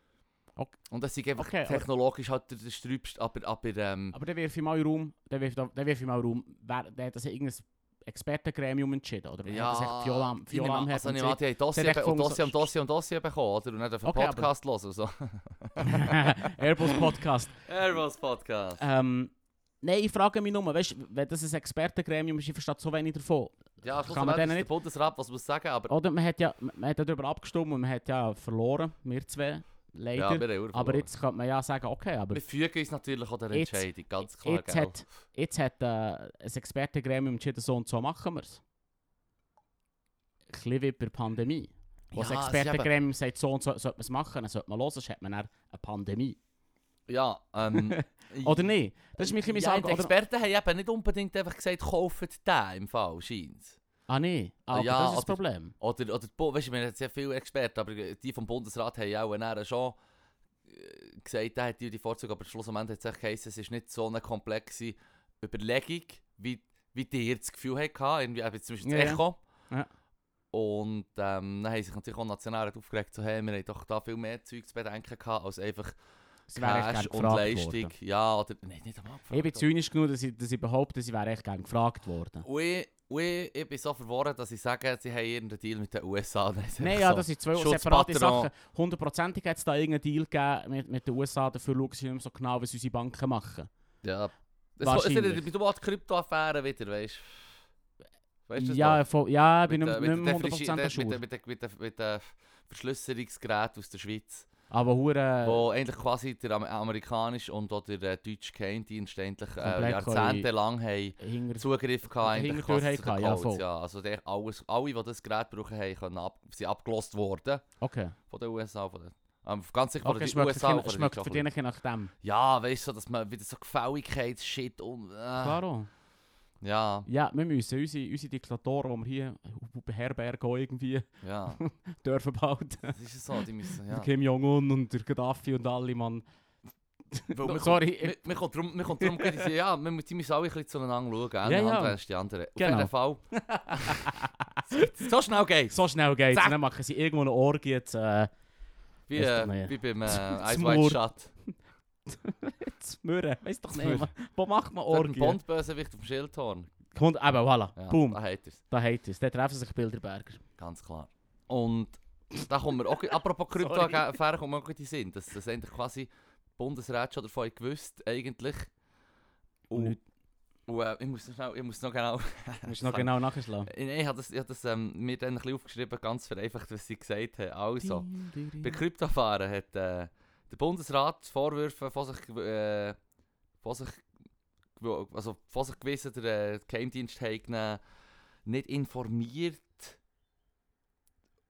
Und das ist einfach
Okay, aber-
technologisch halt der, der Strübste, aber, aber ähm,
Aber dann wirf ich mal in den Raum, dann wirf, dann wirf ich mal in den Raum, wer, der hat das irgendein Expertengremium entschieden, oder?
Ja,
Hat das echt Viola,
ich
Viola
nehme
am
an,
Herd
also
und
ich nehme an, die
Sie
haben
hat
Dossier,
echt
be- und
gefunden,
Dossier
so-
und Dossier und Dossier bekommen, oder? Und nicht auf den
Okay, aber-
Podcast hören und so.
Airbus Podcast.
Airbus Podcast.
Ähm, nein, ich frage mich nur, weißt, wenn das ein Expertengremium ist, ich verstehe so wenig davon.
Ja,
Kann man
schlussendlich ist
denen
der
nicht-
Bundesrat, was muss sagen, aber...
Oder man hat ja, man hat ja darüber abgestimmt und man hat ja verloren, wir zwei, leider.
ja, wir haben
aber
verloren.
jetzt könnte man ja sagen, okay, aber
Wir fügen uns natürlich auch der
Jetzt-
Entscheidung, ganz klar,
jetzt
gell?
hat, jetzt hat äh, ein Expertengremium entschieden, so und so machen wir es. Ein bisschen wie bei der Pandemie. Wo das
Ja, es ist eben-
Expertengremium sagt, so und so sollte man es machen, dann sollte man hören, sonst hat man dann eine Pandemie.
Ja, ähm...
Oder nicht? Das ist mich ein bisschen
ja,
sagen.
die Experten haben eben nicht unbedingt einfach gesagt, kauft den im Fall, scheint
Ah, nein. Ah,
Ja,
aber das ist das
oder-
Problem.
Oder, oder, weißt du, wir haben sehr viele Experten, aber die vom Bundesrat haben ja auch dann schon äh, gesagt, er hat die, die Vorzüge, aber schlussendlich hat es echt geheißen, es ist nicht so eine komplexe Überlegung, wie, wie die das Gefühl hatten, irgendwie eben zum Beispiel das
Ja, ja.
Echo.
Ja.
Und ähm, dann haben sich natürlich auch Nationalen aufgeregt, so, hey, wir haben doch da viel mehr Zeug zu bedenken gehabt, als einfach
Sie wären echt gerne
Cash und
gefragt
Leistung.
worden.
Ja, oder, nein, nicht am Abfall.
Ich bin zynisch genug, dass ich, dass ich behaupte, sie wären echt gerne gefragt worden.
Und ich, und ich, ich bin so verworren, dass ich sage, sie haben irgendeinen Deal mit den USA. Nein, es ist
Nein,
einfach
ja,
so.
das sind zwei separate
Schutzpatron.
Sachen. Hundertprozentig hat es da irgendeinen Deal gegeben mit, mit den USA, dafür schauen sie nicht mehr so genau, was unsere Banken machen.
Ja. Es
Wahrscheinlich.
sind du machst Kryptoaffären wieder, weißt du? Weißt du das
ja,
noch?
voll, ja, ich bin
Mit
nicht
der-
mehr
mit
100%
der Defrici-
sicher.
Mit den mit den- mit den Verschlüsselungsgeräten aus der Schweiz,
Aber hure
wo eigentlich quasi der Amer- amerikanische und auch der äh, deutsche Geheimdienst eigentlich äh,
Komplett
jahrzehntelang haben
hinter
Zugriff gehabt, eigentlich
Hintertür
quasi zu den
hatten, ja,
Codes.
voll.
ja, also der, alles, alle, die das Gerät brauchen, haben, können ab, sind abgelost worden
Okay,
von den USA. Von den, ähm, ganz sicher
okay
von den
schmeckt,
USA.
für,
von den
schmeckt
Deutschen
für dich
auch ein
ein
bisschen.
bisschen nach dem.
ja, weißt du, dass man wieder so Gefälligkeitsshit und. Äh,
Klaro.
Ja,
Ja, wir müssen unsere, unsere Diktatoren, die wir hier beherbergen, auch irgendwie
ja.
dürfen behalten.
Das ist so, die müssen, ja.
Der Kim Jong-un und der Gaddafi und alle, Mann.
Weil wir-
Sorry,
wir- wir kommen drum- wir kommen drum gleich sagen, ja, wir müssen, die müssen alle ein bisschen zueinander schauen. Eine
Ja, ja.
Hand wäscht die andere. Auf
Genau.
jeden Fall. so schnell geht's.
so schnell geht's.
Zack.
Und dann machen sie irgendwo eine Orgie. Jetzt, äh,
Wie,
Weiss doch nicht.
äh, wie beim äh, Eyes
Mord.
Wide Shut.
zu mürren. Weiss doch
Zu
nicht, Mann. Wo macht man
Dort ein
Orgie?
Bondbösewicht auf dem Schildhorn.
Kommt, eben, ah, voilà.
Ja,
Boom.
Da hat er's.
Da hat es. Da treffen sich Bilderberger.
Ganz klar. Und da kommen wir auch, apropos Kryptoaffäre, kommt mir auch gut in den Sinn, dass das eigentlich quasi die Bundesräte schon davon haben gewusst eigentlich. Und,
Nicht.
und äh, ich, muss noch schnell, ich muss noch genau...
Musst du noch genau nachschlagen.
Äh, Nein, ich habe das, ich hab das ähm, mir dann ein bisschen aufgeschrieben, ganz vereinfacht, was sie gesagt haben. Also, bei Kryptofahren hat äh, der Bundesrat die Vorwürfe von sich, gew- äh, von sich, gew- also von sich gewiesen, der äh, Geheimdienst hat ihn nicht informiert.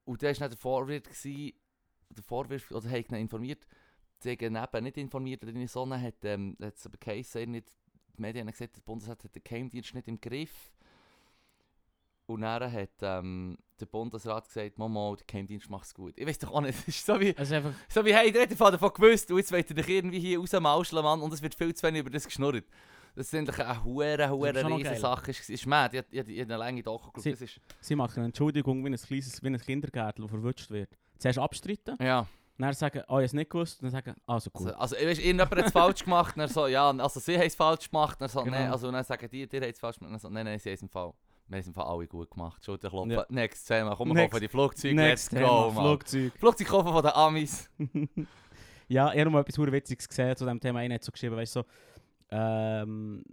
Und da war nicht der Vorwurf, gewesen, der Vorwurf oder hat ihn informiert, sie haben ihn eben nicht informiert oder irgendwie so, dann hat ähm, hat es aber geheißen, er hat nicht, die Medien haben gesagt, der Bundesrat hat den Geheimdienst nicht im Griff. Und dann hat ähm, der Bundesrat gesagt, Mama, der Geheimdienst macht es gut. Ich weiß doch auch nicht, es ist so wie,
Also einfach,
so wie, hey, der hat davon davon gewusst und jetzt wollt ihr dich irgendwie hier rausmauscheln, Mann, und es wird viel zu wenig über das geschnurrt. Das sind eigentlich eine hure,
ist
hure
schon noch
riesen
geil.
Sache. Es ist mad, ich, hab- ich, hab- ich habe eine lange Doku
Sie-
geschaut. Das ist...
sie machen eine Entschuldigung wie ein, kleines, wie ein Kindergärtel, der verwutscht wird. Zuerst abstreiten,
Ja.
dann sagen, oh, ich habe es nicht gewusst. Und dann sagen, also gut.
Also, also weißt, irgendjemand hat es falsch gemacht, dann so, ja, also sie haben es falsch gemacht, dann so,
Genau.
nein, also dann sagen die, die haben es falsch gemacht, dann so, nein, nein, sie haben es im Fall, wir haben es im Fall alle gut gemacht, Schulter klopfen,
Ja.
next Thema, komm, wir
Next-
kaufen die Flugzeuge,
Next
let's
Thema,
go, Mann.
Flugzeug.
Flugzeug kaufen von den Amis.
Ja, ich habe mal etwas verdammt Witziges gesehen zu diesem Thema. Einer hat so geschrieben, weißt du, so, ähm,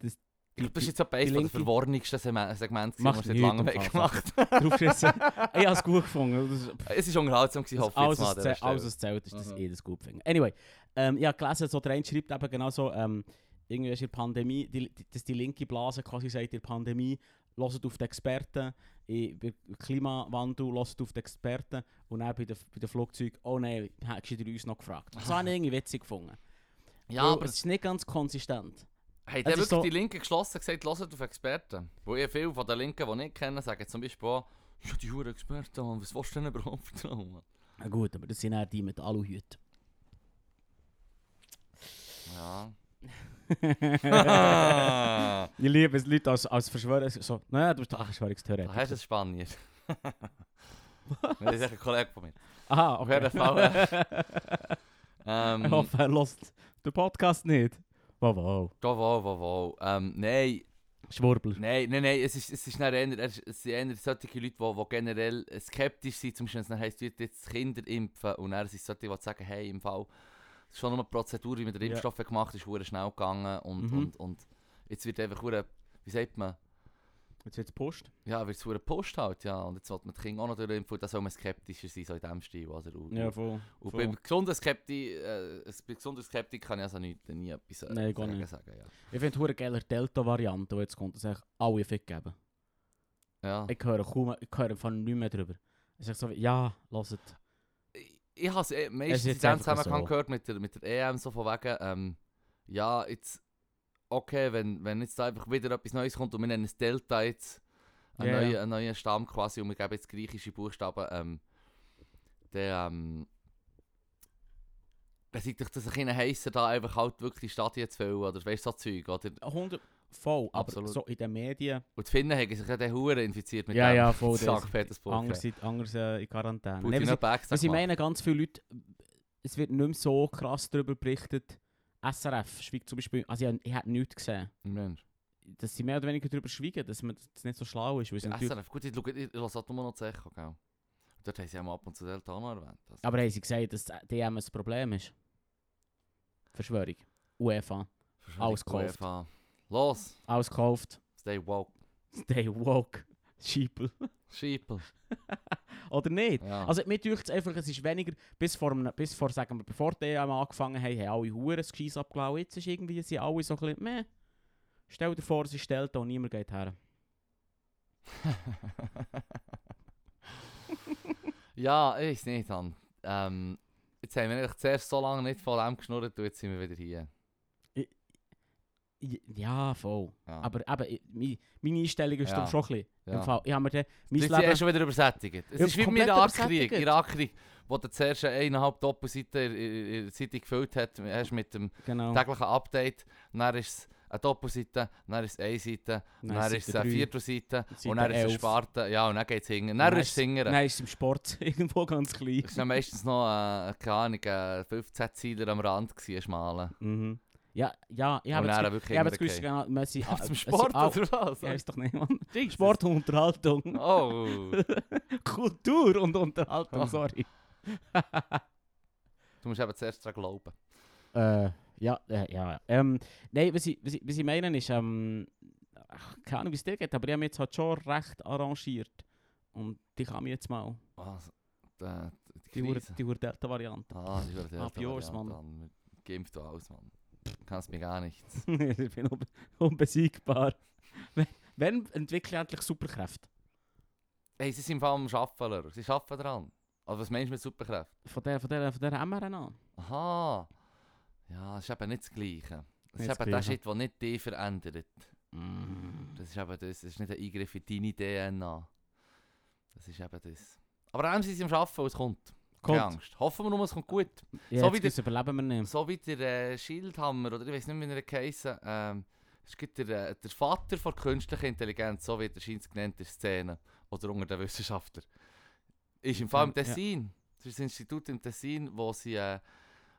das,
Ich
die,
glaube, das ist
die,
jetzt so eins
die
von den
linke-
verworrensten Segmente, gewesen,
Macht
was ich
nichts
lange
im
weg
Fall.
gemacht
draufgeschissen. ich habe es gut gefunden. Das, ist-
Es war unterhaltsam, gewesen, hoffe ich
alles,
jetzt mal
was
an dieser
zäh- alles,
Stelle.
was zählt, ist, dass
Mhm.
ich das gut finde. Anyway, ähm, ich habe gelesen, so der eine schreibt eben genau so, ähm, irgendwie ist in der Pandemie, die, die, dass die linke Blase quasi sagt, in der Pandemie, hört auf die Experten, in- bei Klimawandel, hört auf die Experten und dann bei den, bei den Flugzeugen, oh nein, hättest du dir uns noch gefragt. Das habe ich irgendwie witzig gefunden.
Ja,
Weil
aber
es ist nicht ganz konsistent.
Hey,
Es
der
ist
wirklich
so-
die Linken geschlossen gesagt, hört auf Experten. Wo ihr viele von den Linken, die nicht kennen, sagen zum Beispiel auch, ja, die Huren Experten, Mann, was willst du denn überhaupt vertrauen, Mann?
Ja gut, aber das sind eher die mit Aluhüten.
Ja.
ich
Ah,
liebe es, Leute als, als Verschwörungs... So, naja, du bist doch
da hast du
Verschwörungstheoretiker.
ein Spanier. das ist echt ein Kollege von mir.
Aha,
Auf
okay.
jeden Fall. Ähm,
ich hoffe, er hört den eh, Podcast nicht. Wow, wow.
Doch, wow, wow, wow. Ähm, nein,
Schwurbler.
nein, nein, nein, es ist, es ist dann eher, es es sind eher solche Leute, die, die generell skeptisch sind, zum Beispiel, wenn es dann heisst, du jetzt Kinder impfen und dann sind es solche, die sagen, hey, im Fall, es ist schon nur eine Prozedur, wie man den
Ja.
Impfstoff hat gemacht hat, ist verdammt schnell gegangen und,
Mhm.
und, und jetzt wird einfach, verdammt- eh, wie sagt man,
Jetzt wird's Post.
Ja, wird es verdammt gepusht halt, ja. Und jetzt will man die Kinder auch noch durchimpfen, da soll man skeptischer sein, so in dem Stil. Oder? Und,
Ja, voll.
und
voll.
beim gesunden Skeptik, äh, bei gesunder Skeptik kann ich also nicht, nie etwas äh,
Nein, gar
sagen,
nicht.
sagen, ja.
Ich finde hure geiler Delta-Variante, die jetzt kommt, dass eigentlich alle Fick geben.
ja.
Ich höre kaum, ich höre von nichts mehr drüber. Ich sage so, wie, ja, hört.
Ich, ich habe es eh,
Es
meistens
ist
in
jetzt
diesem
einfach
Zusammenhang
so.
gehört mit der, mit der EM, so von wegen, ähm, ja, jetzt, okay, wenn, wenn jetzt da einfach wieder etwas Neues kommt und wir nennen es Delta jetzt, einen,
Ja, ja.
neuen, einen neuen Stamm quasi und wir geben jetzt griechische Buchstaben, ähm, der, ähm, Dann sieht doch das ein bisschen heisser, da einfach halt wirklich die Stadien zu füllen, oder weißt du, so Zeug, oder?
100 voll, aber
Absolut.
so in den Medien,
Und die Finnen haben sich ja den Huren infiziert mit
Ja,
dem
ja, voll, das-
St. Petersburg.
anders, in- anders äh, in Quarantäne.
Putin
Nee, was
hat Backsack
Was ich
gemacht.
meine, ganz viele Leute, es wird nicht mehr so krass darüber berichtet. SRF schweigt zum Beispiel, also ich, ich habe nichts gesehen,
Mensch.
dass sie mehr oder weniger darüber schweigen, dass man das nicht so schlau ist. Weil es
Ja,
natürlich,
SRF, gut, ich schaue, ich lasse halt nur noch die Echo, gell? Und dort haben sie ja mal ab und zu Del Tano erwähnt. Also,
aber haben sie gesagt, dass DM ein Problem ist? Verschwörung. UEFA.
Verschwörung
alles gekauft.
UEFA. Los,
Ausgekauft.
stay woke.
Stay woke. Sheeple.
Sheeple.
Oder nicht?
Ja.
Also mir dünkt es einfach, es ist weniger, bis vor, einem- bis vor sagen wir, bevor die EM angefangen haben, haben alle Huren das Gescheiss abgelaufen. Jetzt ist irgendwie, sind alle so ein bisschen, meh. Stell dir vor, sie stellt da und niemand geht her.
ja, ich weiß nicht, Mann. Ähm, jetzt haben wir eigentlich zuerst so lange nicht von dem geschnurrt und jetzt sind wir wieder hier.
J- Ja, voll.
Ja.
Aber eben, ich- mi- meine Einstellung ist
Ah. Ja.
doch schon ein bisschen.
ja.
Im Fall, ich habe mir dann, mein
Die sind eh
Leben,
schon wieder übersättigt. Es
Ja,
ist wie im
komplett
Irakkrieg.
übersättigt.
Irakkrieg, wo du zuerst eine eineinhalb Doppelseite in- in in der Zeitung gefüllt hat- hast mit dem
genau.
täglichen Update. Dann ist es eine Doppelseite, dann ist es eine Seite, dann,
Seite
ist es eine
drei,
Viertelseite
Seite
und dann ist es eine
elf.
Sparte. Ja, und dann geht es hingern. Dann,
Nein,
ist es hingern.
Nein, ist im Sport irgendwo ganz klein.
Es ist dann meistens noch, äh, keine Ahnung, äh, 15 Zeiler am Rand gewesen, schmalen.
Mhm. Ja, ja, ich
Und
habe
dann
jetzt
wirklich
ich habe jetzt gewusst,
hingern.
genau, man sie-
Zum
es-
Sport
au-
oder was?
Ich weiß doch nicht, Mann.
Jesus.
Sport und Unterhaltung.
Oh,
Kultur und Unterhaltung,
Ah.
sorry.
du musst eben zuerst dran glauben.
Äh, ja, äh, ja. Ähm, nein, was ich, was, ich, was ich meine ist, ähm, ach, keine Ahnung, wie es dir geht, aber ich habe mich jetzt halt schon recht arrangiert. Und die kann mich jetzt mal.
Was? Äh,
Die
die
Hure-
Krise.
die Hure Delta-Variante.
Ah, die wird
Ab yours, Mann.
Geimpft du alles, Mann. Du kannst mir gar nichts.
ich bin unbe unbesiegbar. Wenn, wenn entwickle ich endlich Superkräfte?
Hey, sie sind im Fall am Arbeiten, Leute. Sie arbeiten dran. Also was meinst du mit Superkräften?
Von der, von der, von der mRNA?
Aha. Ja, es ist eben nicht das Gleiche.
Nicht
Es
das
ist eben der
Gleiche.
Shit, der nicht dich verändert.
Mm.
Das ist eben das. Das ist nicht ein Eingriff in deine DNA. Das ist eben das. Aber an dem sind sie am Arbeiten und es kommt. Keine
Kommt.
Angst. Hoffen wir nur, es kommt gut.
Ja,
So
so
wie
jetzt das überleben wir nicht.
So wie der äh, Schildhammer, oder ich weiß nicht mehr, wie er geheissen ähm, es gibt der, äh, der Vater von künstlicher Intelligenz, so wird er scheint genannt in der Szene, oder unter den Wissenschaftlern. Ist im Fall im
Ähm, ja.
Tessin. Das ist ein Institut im Tessin, wo sie, äh,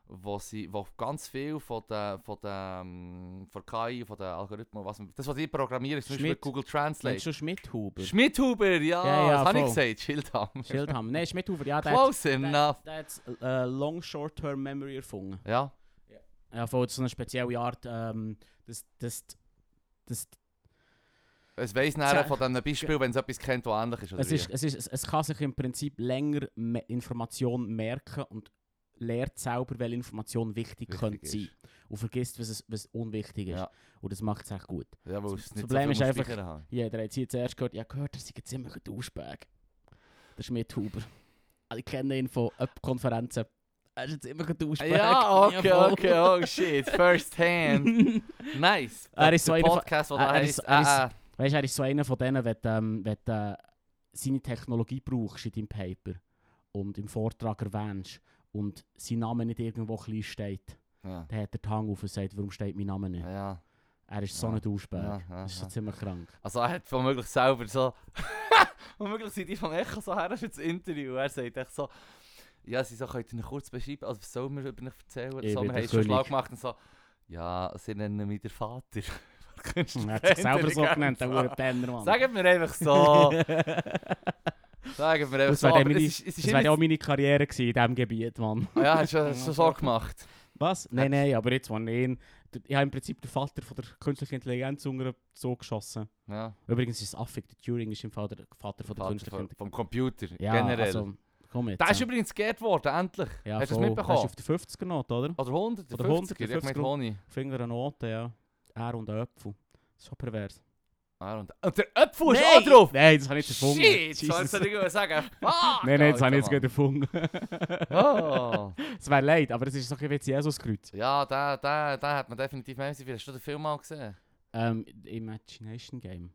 wo sie wo ganz viel von der, von der, ähm, von KI, von den Algorithmen, was, das, was ich programmiere, ist zum Beispiel
Schmidt.
Google
Mensch,
Translate.
schon Schmidhuber.
Schmidhuber, ja,
Ja, ja,
das habe ich
voll.
gesagt, Schildhammer.
Schildhammer. Nein, Schmidhuber, ja, der hat-
Close enough.
Der hat äh, Long Short Term Memory erfunden.
Ja,
Ja, voll so eine spezielle Art, ähm, das, das, das,
es weiss
Tja.
nachher von diesem Beispiel, wenn es etwas kennt, das ähnlich ist. Oder
es,
wie?
ist, es, ist, es, es kann sich im Prinzip länger me Information merken und lernt selber, welche Information wichtig,
Wichtig
könnte
ist.
sein. Und vergisst, was, es, was unwichtig ist.
Ja.
Und das macht es echt gut.
Ja, weil
Das
es nicht
Problem
so
ist
viel
einfach-
Speicher haben.
Jeder hat hier zuerst gehört, ja gehört, er sei ein ziemlicher Duschbag. Der Schmidt Huber. Also, Ich kenne ihn von Konferenzen. Er ist ein ziemlicher Duschbag.
Ja, okay,
Jawohl.
okay, oh shit, first hand. Nice.
Er ist so
der
einer von-
Podcast, der
er-
da
er
heisst,
ist- er
ah, ah.
Weißt du, er ist so einer von denen, wenn, du, ähm, wenn du äh, seine Technologie brauchst in deinem Paper und im Vortrag erwähnst und sein Name nicht irgendwo klein steht,
Ja,
dann hat er den Hang auf und sagt, warum steht mein Name nicht?
ja, Dus
Er ist so
Ja.
ein Duschbär.
ja, ja,
Das ist so
ja.
ziemlich krank.
Also er hat womöglich selber so... womöglich sind die vom Echo so her für das Interview. Er sagt echt so... Ja, sie so, könnt ihr noch kurz beschreiben, also was soll man über mich erzählen?
Ich
so,
bin
wir
der
haben schon schlau
König.
gemacht und so... Ja, sie nennen mich der Vater.
Er hat sich selber so genannt, der
Sag
Uhr Penner, Mann.
Sagt mir einfach so. Sagt mir einfach
Das
so.
wäre
aber
dann meine-
es ist- es ist
das
immer
wäre auch meine Karriere gewesen in diesem Gebiet, Mann.
Ah ja, hast du hast du so gemacht.
Was? Nein, nein, aber jetzt, wo ich ihn... Ich habe im Prinzip den Vater von der künstlichen Intelligenz unter so geschossen.
Ja,
Übrigens ist es affig, der Turing ist im Fall der Vater von der
Vater
künstlichen
vom,
Intelligenz.
vom Computer
Ja,
generell.
also, komm jetzt.
der ist
ja.
übrigens geehrt worden, endlich.
Ja,
Hast du das
voll.
mitbekommen?
Das ist auf der 50er Note, oder?
Oder 100,
Oder
50,
100,
ich meine
50.
Honig.
Finger an Note, ja. Er und ein Apfel. So pervers.
Ah, und, und der Apfel ist auch drauf!
Nein, das habe ich nicht erfunden.
Shit,
Jesus.
sollst du nicht mehr sagen? Ah,
Nein, nein, das habe ich jetzt
Alter,
gut erfunden. Ah.
Mann. Oh.
Es wäre leid, aber es ist so ein bisschen wie das Jesuskreuz.
Ja, da, da, da hat man definitiv mehr gesehen. Hast du den Film mal gesehen?
Ähm, Imagination Game.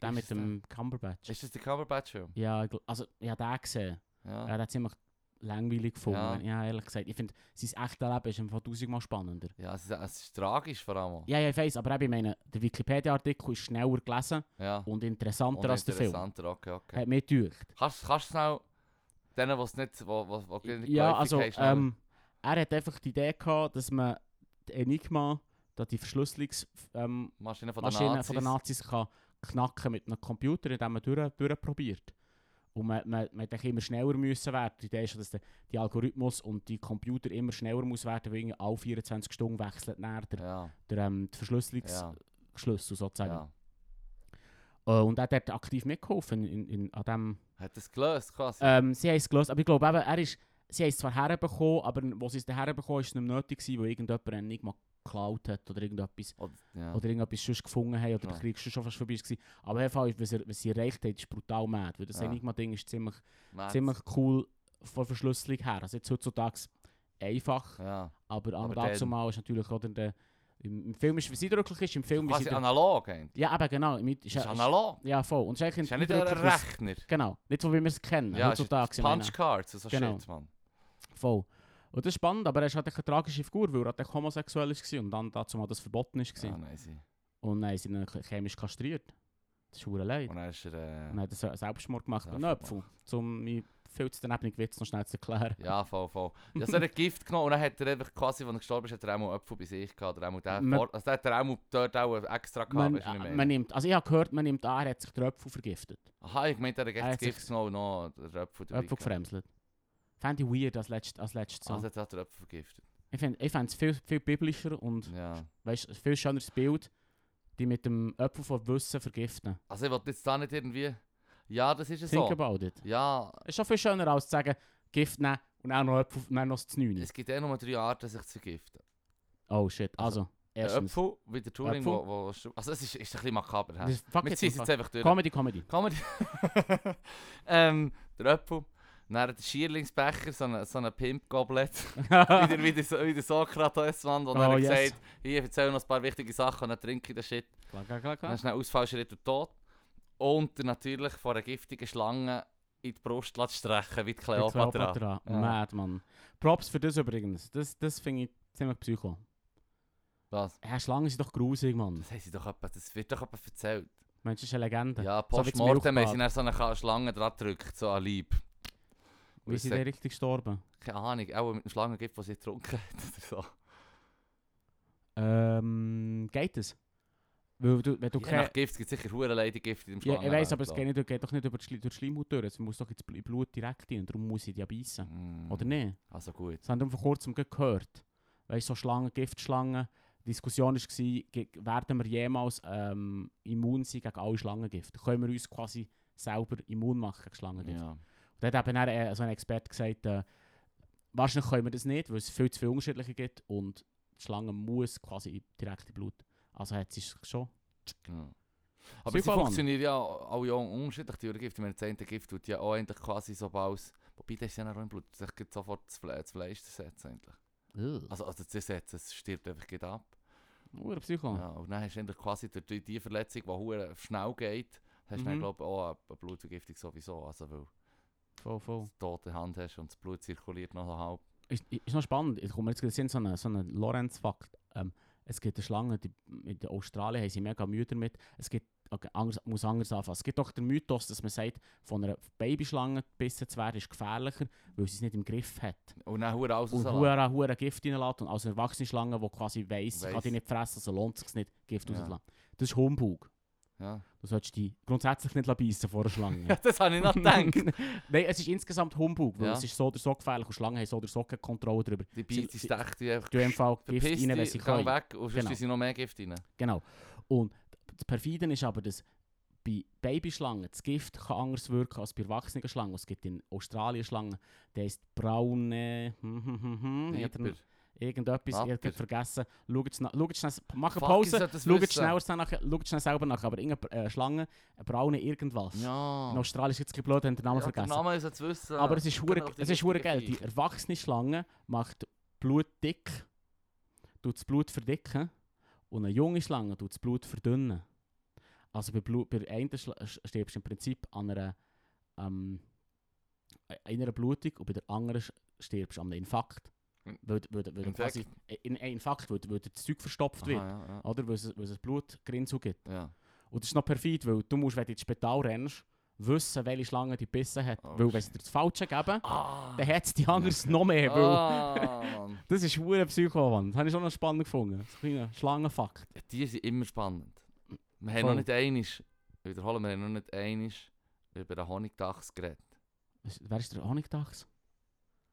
Der
Ist
mit
das
dem Cumberbatch.
Ist das der Cumberbatch-Film?
Ja, ich gl- also, ich habe den gesehen.
Ja.
Ja, der hat ziemlich langweilig gefunden.
Ah. Ja.
Ja. ehrlich gesagt. Ich finde, sein echtes Leben ist einfach tausendmal spannender.
Ja, es ist, es ist tragisch vor allem.
Ja, ja, ich weiss, aber eben, ich meine, der Wikipedia-Artikel ist schneller gelesen
Ja.
und interessanter als der Film.
Interessanter, okay, okay.
Hat mich gedacht.
Kannst, kannst du schnell denen, die es nicht, wo, wo, wo die nicht
Ja,
geläufig
also
haben, schnell-
ähm, er hat einfach die Idee gehabt, dass man die Enigma, da die Verschlüsselungsmaschine ähm,
Maschine von den
Maschine
Nazis.
von den Nazis kann knacken mit einem Computer, indem man durch, durchprobiert. Und man, man, man hat eigentlich immer schneller müssen werden. Die Idee ist, dass der, die Algorithmus und die Computer immer schneller muss werden, weil irgendwie alle 24 Stunden wechselt nachher der,
ja,
der, ähm, der
ja,
Verschlüsselungsschlüssel sozusagen.
ja.
Äh, und er hat dort aktiv mitgeholfen in, in, an dem
Hat das gelöst quasi?
Ähm, sie haben es gelöst, aber ich glaube eben, er ist, sie haben es zwar herbekommen, aber wo sie es dann herbekommen, ist es nicht mehr nötig gewesen, weil irgendjemand einen Enigma geklaut hat oder irgendetwas,
Oder, ja.
oder irgendetwas sonst gefunden haben oder
Genau.
der Krieg schon schon fast vorbei war. Aber auf jeden Fall, was, er, was sie erreicht haben, ist brutal mad, weil das
Ja.
Enigma-Ding ist ziemlich,
Merz.
ziemlich cool von der Verschlüsselung her. Also jetzt heutzutage einfach,
Ja.
aber,
Aber
aber
dann-
dazu mal ist natürlich auch der, im, im Film ist, was eindrücklich ist, im Film ist
Quasi
der,
analog eigentlich.
ja eben genau, im, ist,
Ist, ist
ja- ist-
analog.
ja voll, und es ist eigentlich
Ist ja nicht ein
eindrücklich, was-
Rechner.
Genau, nicht so wie wir es kennen,
Ja, es ist
heutzutage. ich meine.
Punchcards, so
Genau.
shit, man.
Voll. Und das ist spannend, aber er ist halt echt eine tragische Figur, weil er halt echt homosexuell war und dann dazu mal das verboten war.
Ja, ne. nein, sie.
Und nein, sie sind dann chemisch kastriert. Das ist hure leid.
Und dann ist er...
Und
Äh,
hat er Selbstmord gemacht mit
Selbstmord
Nöpfen, um meinen viel zu daneben Witz noch schnell zu erklären.
ja, voll, voll. Ja, so hat er Gift genommen und dann hat er einfach quasi, als er gestorben ist, hat er auch mal Äpfel bei sich gehabt. Oder auch mal den
Man-
Vor- also der hat er auch mal dort auch extra gehabt,
Man,
weißt du, was ich meine?
man nimmt, also ich habe gehört, man nimmt an, er hat sich den Röpfel vergiftet.
Aha, ich meinte, er hat
Er
echt
hat
das Gift
sich-
genommen und noch den Röpfel
Den Röpfel gefremselt. Fände ich weird als letztes als letztes
Also
so.
hat er den Röpfel vergiftet.
Ich fände ich fänd's viel, viel biblischer und
Ja.
weißt, ein viel schöneres Bild, die mit dem Öpfel von Wissen vergiften.
Also ich wollte jetzt da nicht irgendwie... Ja, das ist ja
Think
so.
about it.
Ja,
ist schon viel schöner als zu sagen, Gift nehmen und auch noch Äpfel, dann noch das 9.
es gibt eh nur drei Arten, sich zu vergiften.
Oh shit, also,
Ein
erstens.
Apfel, wie der Turing,
Apfel.
wo, wo... Also es ist, ist ein bisschen makaber. hä?
Das ist fuck
Wir
jetzt
ziehen es
einfach.
jetzt einfach durch.
Comedy, Comedy.
Comedy. ähm, der Apfel. Dann der Schierlingsbecher, so ein so eine Pimp-Goblet. wieder, wieder, so, wieder Sokrates, Mann, wo
Oh,
er hat
yes.
gesagt hier erzähl noch ein paar wichtige Sachen und dann trinke ich den Shit.
Klar, klar, klar,
Dann
klar.
ist ein Ausfallschritt und tot. Und dann natürlich von einer giftigen Schlange in die Brust lassen strechen, wie die Kleopatra.
Kleopatra.
Ja.
Mad, Mann. Props für das übrigens. Das, das finde ich ziemlich psycho.
Was?
Herr Schlange ist doch grusig, Mann.
Das, haben sie doch etwa, das wird doch jemand erzählt.
Mensch, das ist eine Legende.
Ja,
So wie das
postmortem haben sie
Milchbad.
dann so eine Ka- Schlange dran gedrückt, so an Leib. Und
Wie
ich
sind
sag,
die richtig gestorben?
keine Ahnung, auch mit dem Schlangengift, den sie getrunken hat oder so.
Ähm, geht das? Weil du, wenn du
Je
kein-
nach Gift gibt sicher hure Leute Gift in dem
Ja,
Schlangen.
ich weiß, aber es geht, nicht, geht doch nicht über die Schli- durch die Schleimhaut durch. Es muss doch ins Bl- Blut direkt rein, darum muss ich die ja beißen. Oder nicht?
Also gut.
Das haben wir vor kurzem gerade gehört. Weißt du, so Schlangen, Giftschlangen. Die Diskussion war, werden wir jemals ähm, immun sein gegen alle Schlangengifte? Können wir uns quasi selber immun machen gegen Schlangengift?
Ja.
Und dann hat eben dann, äh, so ein Experte gesagt, äh, wahrscheinlich können wir das nicht, weil es viel zu viele unterschiedliche gibt und die Schlange muss quasi direkt in Blut. Also hat sie es schon.
Genau. Aber sie
Super, Mann.
funktionieren ja auch ja unterschiedlich, die Gift. Ich meine, das eine Gift tut ja auch eigentlich quasi so bald... Wobei, das ist ja noch im Blut. Das geht sofort das, Fle das Fleisch zersetzt eigentlich. Also, also zersetzt, es stirbt einfach geht ab.
Ur Psycho.
Ja, und dann hast du eigentlich quasi durch die, die Verletzung, die hure schnell geht, hast du dann,
Mhm.
glaube ich, auch eine- eine Blutvergiftung sowieso. Also, weil
Voll,
du
voll.
die tote Hand hast und das Blut zirkuliert noch so halb.
Ist, ist noch spannend, ich komme jetzt gerade in so einen so einen Lorenz-Fakt. Ähm, es gibt eine Schlange, die, in der Australien haben sie mega Mühe damit. Es gibt, okay, anders, muss anders anfangen. Es gibt doch den Mythos, dass man sagt, von einer Babyschlange gebissen zu werden ist gefährlicher, weil sie es nicht im Griff hat.
Und dann hure alles
Und
rausgelassen.
hure hure Gift reinlässt und als erwachsene Schlange, die quasi weiss, sie kann
Weiss.
die nicht fressen, also lohnt es sich nicht, Gift
Ja.
rauszulassen. Das ist Humbug.
Ja.
Du solltest dich grundsätzlich nicht beißen vor einer Schlange.
Ja, das habe ich noch gedacht.
Nein, es ist insgesamt Humbug, weil
Ja.
es ist so oder so gefährlich und Schlangen haben so oder so keine Kontrolle darüber.
Die Beats, die
sie-
stechen die einfach.
Du einfach Gift
Verpiss
rein, wenn
dich,
sie
geh
können.
weg und sonst
Genau.
tun sie noch mehr Gift rein.
Genau. Und das Perfide ist aber, dass bei Babyschlangen das Gift kann anders wirken als bei erwachsenen Schlangen. Es gibt in Australien Schlangen, der ist braune. Hm, hm, hm, hm. Ich hab den-
Lieber.
Irgendetwas, ich
Lapper.
habe gerade vergessen. Schaut schnell, schaut schnell, mach eine
Fuck, ich
Pause,
sollte das
schaut
wissen.
schnell, nach, schaut schnell selber nach. Aber irgendeine äh, Schlange, eine braune irgendwas.
Ja.
In Australien ist jetzt ein bisschen blöd, haben den Namen
ja,
vergessen.
Der Name ist jetzt wissen.
Aber es ist
Genau,
hure,
auf die
es ist hure
richtige
geil. Die
Viecher.
erwachsene Schlange macht Blut dick, tut das Blut verdicken und eine junge Schlange tut das Blut verdünnen. Also bei, Blut, bei einer Schla- sch- stirbst du im Prinzip an einer ähm, einer Blutung und bei der anderen sch- stirbst du an einem Infakt.
Hm.
Weil, weil, weil
Infekt?
quasi, in, in Infakt, weil, weil das Zeug verstopft
Aha,
wird.
Ah, ja,
Oder? Weil es, weil es Blutgrinsen gibt.
ja. ja.
Und das ist noch perfid, weil du musst, wenn du ins Spital rennst, wissen, welche Schlange die Bissen hat.
Oh,
weil wenn sie
shit.
dir das Falsche geben,
Ah!
dann hat es die anders noch mehr. Weil
Ah, Mann.
Das ist hure Psycho, Mann. Das habe ich schon noch spannend gefunden. So ein kleiner Schlangenfakt.
Die sind immer spannend. Wir haben
Voll.
noch nicht einisch, wiederholen, wir haben noch nicht einisch über den Honigdachs geredet.
Was- Wer ist der Honigdachs?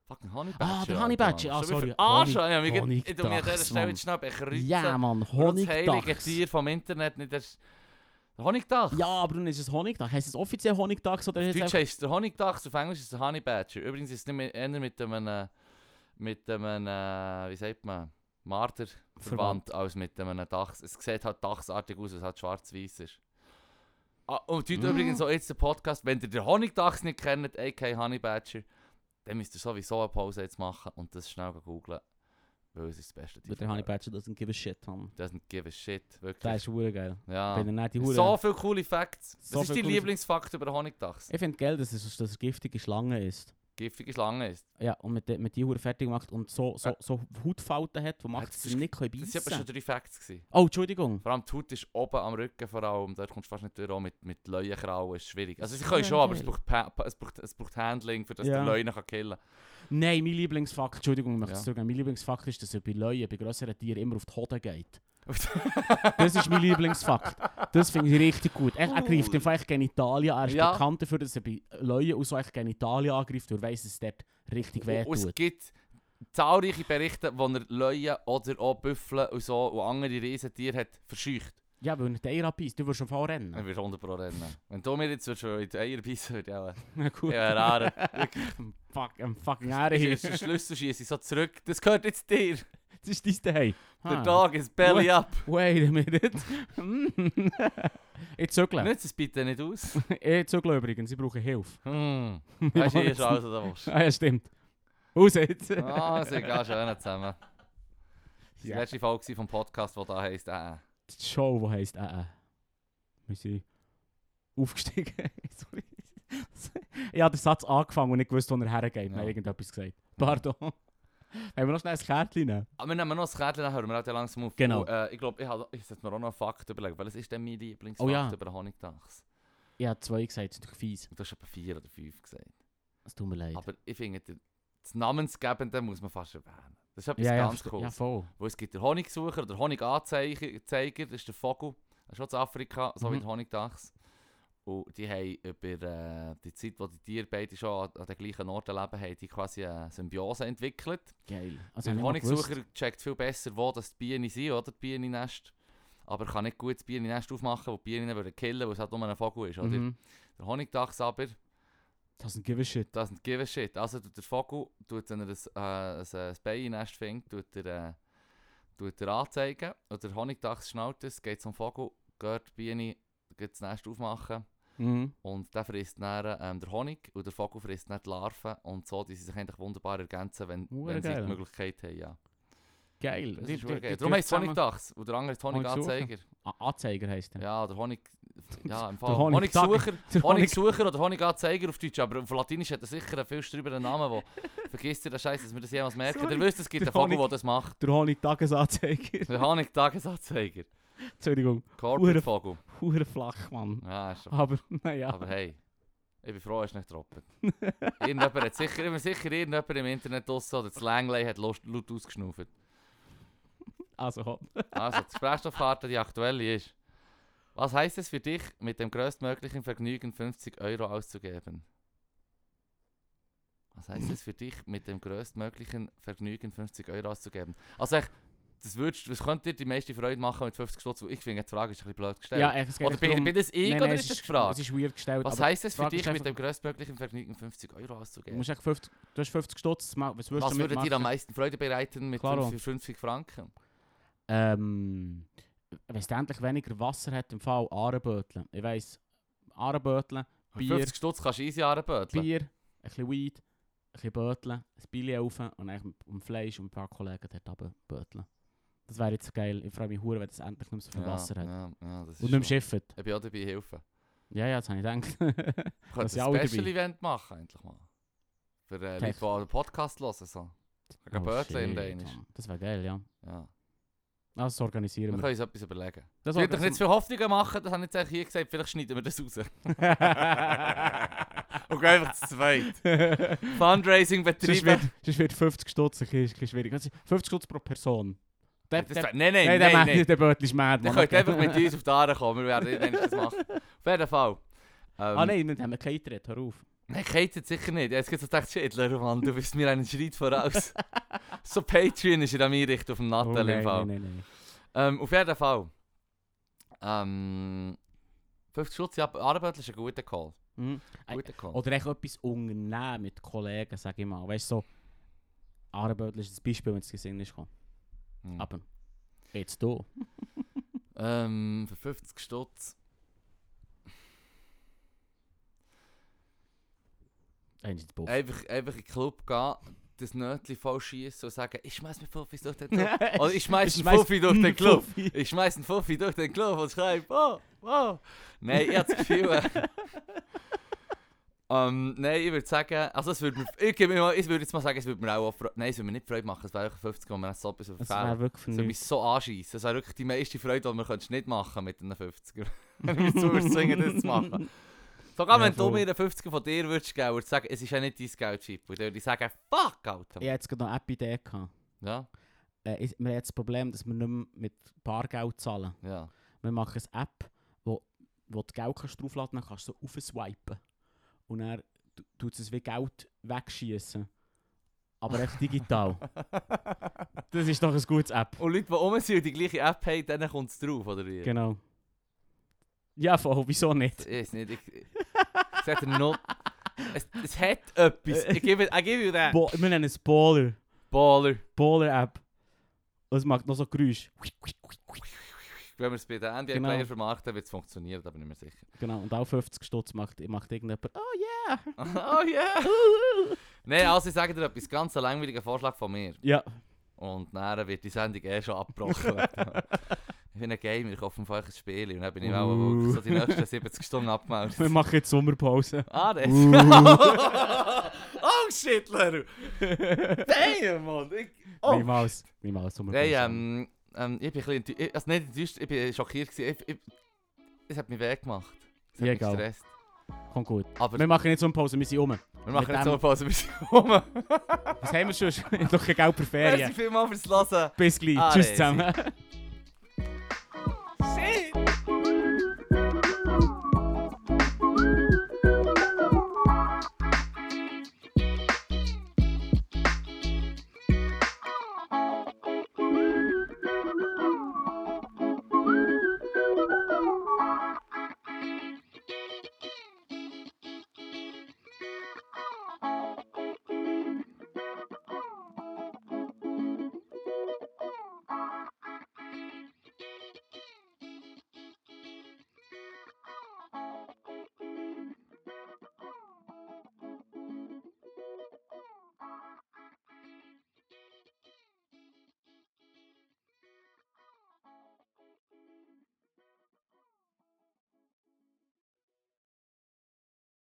Fucking Honeybatch.
Ah, der Honeybatch. Ah, sorry.
Ah,
Honig-
schon. Ja, wir gehen- ich tu mir an dieser
Honigdachs,
Stelle
Mann.
jetzt schnell bekreuzen.
Ja, Mann,
Nur Das heilige
Honigdachs.
Tier vom Internet nicht erst... Der Honigdachs.
Ja, aber dann ist es Honigdachs. Heißt es offiziell Honigdachs oder
Auf
heißt es
Deutsch
einfach...
heisst der Honigdachs, auf Englisch ist es Honey Badger. Übrigens ist es nicht mehr eher mit einem, äh, mit einem, äh, wie sagt man, Marder verwandt, als mit einem Dachs. Es sieht halt dachsartig aus, weil es halt schwarz-weiß ist. Ah, und tut
Mm.
übrigens auch jetzt den Podcast, wenn ihr den Honigdachs nicht kennt, aka Honey Badger, dann müsst ihr sowieso eine Pause jetzt machen und das schnell googeln, weil es ist das beste
Mit der Honeybatch doesn't give a shit, Mann.
Doesn't give a shit,
Das
wirklich.
ist hure geil.
Ja.
Wenn er nicht die hure...
Ah. So viele coole Facts.
So
Was ist
viele
dein
coole-
Lieblingsfakt über den Honigdachs?
Ich finde geil, dass es dass es giftige Schlange ist.
Giftige Schlange ist.
Ja, und mit, de- mit die Hure fertig macht und so, so,
Äh.
so Hautfalten hat, die macht,
das
dass sie
ist-
nicht können
Das waren aber schon
beißen
drei Facts. Gewesen.
Oh, Entschuldigung.
Vor allem die Haut ist oben am Rücken vor allem, dort kommst du fast nicht durch, auch mit, mit Leuenkrauen ist schwierig. Also sie können schon, aber es braucht, Pa- Pa- es braucht, es braucht Handling, für das
Ja.
der Leuen kann killen
Nein, mein Lieblingsfakt, Entschuldigung, ich möchte
Ja.
es zurücknehmen. Mein Lieblingsfakt ist, dass er bei Löwen, bei grösseren Tieren immer auf die Hoden geht.
kann.
Das ist mein Lieblingsfakt. Das finde ich richtig gut. Er, er greift im Fall echt Genitalien an. Er ist
Ja.
bekannt dafür, dass er bei Löwen und so echt Genitalien angreift, weil er weiss, dass es dort richtig weh
Und es
tut.
gibt zahlreiche Berichte, wo er Leuen oder auch Büffel und so und andere Riesentiere hat verscheucht.
Ja, weil er die Eier abbeißt. Du wirst schon
Dann
vorrennen.
wirst du 100 pro rennen. Wenn du mir jetzt würdest, weil die Eier beißen würdest, ja.
Na gut.
Ja, rare. Wirklich.
Fuck, ähm, fucking Ehre hier.
Das ist der Schlüsselschieße, so zurück. Das gehört jetzt dir.
Das ist dein Daheim.
Der
Ah.
Tag ist belly up.
Wait a minute. Mm. ich zügle.
Nützt es bitte nicht aus.
Ich zügle übrigens, ich brauche Hilfe.
Hm. Weißt du,
machen
hier ist
es
alles, was du willst.
Ah ja, stimmt. Raus jetzt.
Ah, sehr geil, schön zusammen. Das
Ja.
war die letzte Folge gewesen vom Podcast, die da heisst, äh.
Die Show, die heisst «Äh, äh». Wir sind aufgestiegen. Sorry. ich habe den Satz angefangen und nicht gewusst, wo er hergeht. Ja.
Ja.
Nein, irgendetwas gesagt. Pardon. Haben wir noch schnell ein Kärtchen nehmen?
Aber Ah, wir nehmen noch das Kärtchen, dann hören wir auch dann langsam auf.
Genau.
Und, äh, ich glaube, ich, hab- ich sollte mir auch noch einen Fakt überlegen, weil es ist dann mein Lieblingsfakt
Oh ja.
über den Honigdachs.
Ich habe zwei gesagt, das ist doch fies.
Und du hast etwa vier oder fünf gesagt.
Es tut mir leid.
Aber ich finde, der- das Namensgebende muss man fast erwähnen. Das ist etwas
ja, ja,
ganz
verste-
Cooles.
ja, voll.
Wo es gibt den Honigsucher oder Honiganzeiger, Zeiger, das ist der Vogel, das ist auch in Afrika, so wie
Mhm.
der Honigdachs. Und die haben über äh, die Zeit, wo die Tiere beide schon an, an den gleichen Orten leben, haben die quasi eine Symbiose entwickelt.
Geil. Also,
Der
hab ich nicht gewusst.
Honigsucher checkt viel besser, wo das die Bienen sind, oder? Die Bienennest. Aber er kann nicht gut das Bienennest aufmachen, wo die Bienen würden killen, weil es halt nur ein Vogel ist, oder?
Mhm.
Der Honigdachs aber,
Doesn't give a shit.
doesn't give a shit. Also tut der Vogel, tut, wenn er ein, äh, ein, ein Bienennest findet, tut er, äh, tut er anzeigen. Und der Honigdachs schnallt es, geht zum Vogel, geht die Biene, geht das Nest aufmachen.
Mhm.
Und der frisst dann ähm, der Honig und der Vogel frisst dann die Larven. Und so, die sie sich eigentlich wunderbar ergänzen, wenn,
Hure
wenn sie die
geil.
Möglichkeit haben, ja.
Geil.
Das
Die- die-
ist
die
wirklich geil. Darum heisst es
zusammen-
Honigdachs. Und der andere ist Honiganzeiger.
Ah, Anzeiger heisst er.
Ja, der Honig. Ja, im Fall.
Honig-
Honigsucher,
Der Honig-
Honigsucher oder Honiganzeiger auf Deutsch. Aber auf Latinisch hat er sicher einen viel schreiberen Namen, wo. Vergisst ihr den Scheiß, dass wir das jemals merken.
Sorry.
Ihr wisst, es gibt
Der
einen Vogel,
Honig-
der das macht.
Der Honig-Tagesanzeiger.
Der Honig-Tagesanzeiger.
Entschuldigung. Hure-
Corporate-Vogel.
Hure flach, Mann.
Ja, ist schon.
Aber, naja.
Aber hey, ich bin froh, er ist nicht droppen. irgendjemand hat sicher, ich bin sicher, irgendjemand im Internet draussen oder das Langley hat laut laut ausgeschnuffert.
Also, hopp.
Also, die Sprechstoffkarte, die aktuelle ist. Was heißt es für dich, mit dem größtmöglichen Vergnügen 50 Euro auszugeben? Was heißt es für dich, mit dem größtmöglichen Vergnügen 50 Euro auszugeben? Also, echt, das, würdest, das könnte dir die meiste Freude machen mit 50 Stutz? weil Ich finde, die Frage ist ein bisschen blöd gestellt.
Ja, es geht
oder
echt
bin,
darum-
bin das ich
Nein,
oder
nein,
ist das die
Es
Frage?
ist weird gestellt.
Was
aber
heißt es für
Frage ist
dich, mit
einfach-
dem größtmöglichen Vergnügen 50 Euro
du,
auszugeben?
musst echt 50, du hast 50 Stutz, ma- was würdest
Was
du damit
würde dir am
machen?
meisten Freude bereiten mit
Klaro.
50, 50 Franken?
Ähm, wenn es endlich weniger Wasser hat, im Fall Ahrenböteln. Ich weiss, Ahrenböteln, Bier.
50 Stutz kannst du easy anböteln.
Bier, ein bisschen Weed, ein bisschen Böteln, ein Billy rauf und dann mit- um Fleisch und ein paar Kollegen dort runterböteln. Das wäre jetzt geil. Ich freue mich hure, wenn es endlich nicht mehr so viel
Ja,
Wasser hat.
ja, ja, das
Und nicht
ist
mehr
schon-
schiffen.
Ich bin auch dabei helfen.
Ja, ja, das habe ich gedacht.
Könnte
ich
ein
auch dabei.
Special Event machen, endlich mal. Für äh, Leute,
Tech.
die einen Podcast hören. So. Ich
Oh,
habe Bötle in
shit,
denen.
Mann. Das wäre geil, ja. Nou,
Ja.
Das
Wir
organisieren
können
wir.
uns etwas überlegen.
Das
Ich will doch
organisieren
nicht zu viel Hoffnungen machen, das habe ich jetzt eigentlich hier gesagt. Vielleicht schneiden wir das raus. Und gehen einfach zu zweit. Fundraising
Sonst
betreiben.
wird, sonst wird 50 Stutz ein bisschen- ein bisschen schwierig. Das ist 50 Stutz pro Person. Der,
Nein,
der, der, nein,
nein,
der,
nein, nein.
Mann-
nein.
der Bötli ist mad,
Ihr
Mann.
könnt einfach mit uns auf die Aare kommen, wir werden nicht wenigstens das machen. Auf jeden Fall. Ähm,
Ah nein, wir haben keinen Eintritt, hör auf.
Nein, geht jetzt sicher nicht. Jetzt gibt es gedacht, shit, Leru, Mann, du bist mir einen Schritt voraus. so Patreon ist in an mir Richtung auf dem Nattel im
Oh, nein,
Fall.
nein, nein, nein.
Ähm, auf jeden Fall. Ähm, 50 Schutz, ja, Arbeitler ist ein guter Call.
Mhm. Ei,
Guter Call.
Oder echt etwas unternehmen mit Kollegen, sag ich mal. Weißt du, so... Arenbötli ist das Beispiel, wenn es gesehen ist. gekommen.
Mhm.
Aber... Jetzt du.
Ähm, für 50 Stutz.
Hast du den Buff.
Einfach, einfach in den Club gehen, das Nötchen voll schießen und sagen, ich schmeiß mir Puffis durch den Club. Oder also ich schmeiß einen Fuffi durch den Club.
Fuffi.
Ich schmeiß einen Fuffi durch den Club und schreibe, oh, wow. Nein, ich habe das Gefühl. äh, ähm, nein, ich würde sagen, also es würde mir, ich, gebe mir mal, ich würde jetzt mal sagen, es würde mir auch, Freude, nein, es würde mir nicht Freude machen, es wäre einfach 50, wenn man so etwas
Das wäre
verfehlt.
wirklich
Es würde
vernünftig.
mich so anschießen. Das wäre wirklich die meiste Freude, die man könntest nicht machen mit einem 50er. Wenn ich mich zu zwingen, das zu machen. Sogar
Ja,
wenn du
voll.
mir einen 50er von dir würdest geben, würdest du sagen, es ist ja nicht dein Geld, Chip. Und dann würde ich sagen, fuck, Alter.
Ich hatte jetzt gerade noch eine Idee. Gehabt.
Ja,
Äh, ich, wir haben jetzt das Problem, dass wir nicht mehr mit Bargeld zahlen.
ja.
Wir machen eine App, wo, wo du Geld kannst draufladen dann kannst, du so aufswipen. Und dann tu- tut es wie Geld wegschießen. Aber echt digital. Das ist doch eine gutes App.
Und Leute, die rum sind und die gleiche App haben, dann kommt es drauf, oder wie?
Genau. Ja, voll, wieso nicht?
Ich weiß nicht, ich... Es hat noch... Es, es hat etwas. Ich gebe, I give you that.
Bo wir nennen es Baller.
Baller.
Baller-App. Und es macht noch so Geräusche.
Wenn wir es bei den
Genau.
NBA-Player vermarkten, wird es funktionieren, da bin ich mir sicher.
Genau, und auch 50 Stutz macht, macht irgendjemand. Oh yeah!
oh yeah! Nein, also ich sage dir etwas, ganz ein langweiliger Vorschlag von mir.
Ja.
Und dann wird die Sendung eh schon abgebrochen. ich bin ein Gamer, ich kaufe einfach ein Spiel und dann bin ich auch
Uh.
wirklich so die nächsten 70 Stunden abgemeldet.
Wir machen jetzt Sommerpause.
Ah, das.
Uh.
oh shit, Leru! Damn, Mann! Ich, oh.
Niemals. Niemals Sommerpause.
Nein, ähm, ähm, ich bin ein bisschen enttäuscht. Also nicht enttäuscht, ich bin schockiert. Gewesen. Ich, ich, es hat mich weggemacht. Es hat
Ja,
mich
egal.
gestresst.
Kommt gut.
Aber
Wir
wir,
machen nicht so eine Pause, wir sind um.
machen
mit
jetzt
dem-
so eine Pause, wir sind rum.
Was haben wir schon? Doch kein Geld für
Merci
Ferien.
vielmals fürs Hören.
Bis gleich.
Ah,
Tschüss
nein,
zusammen.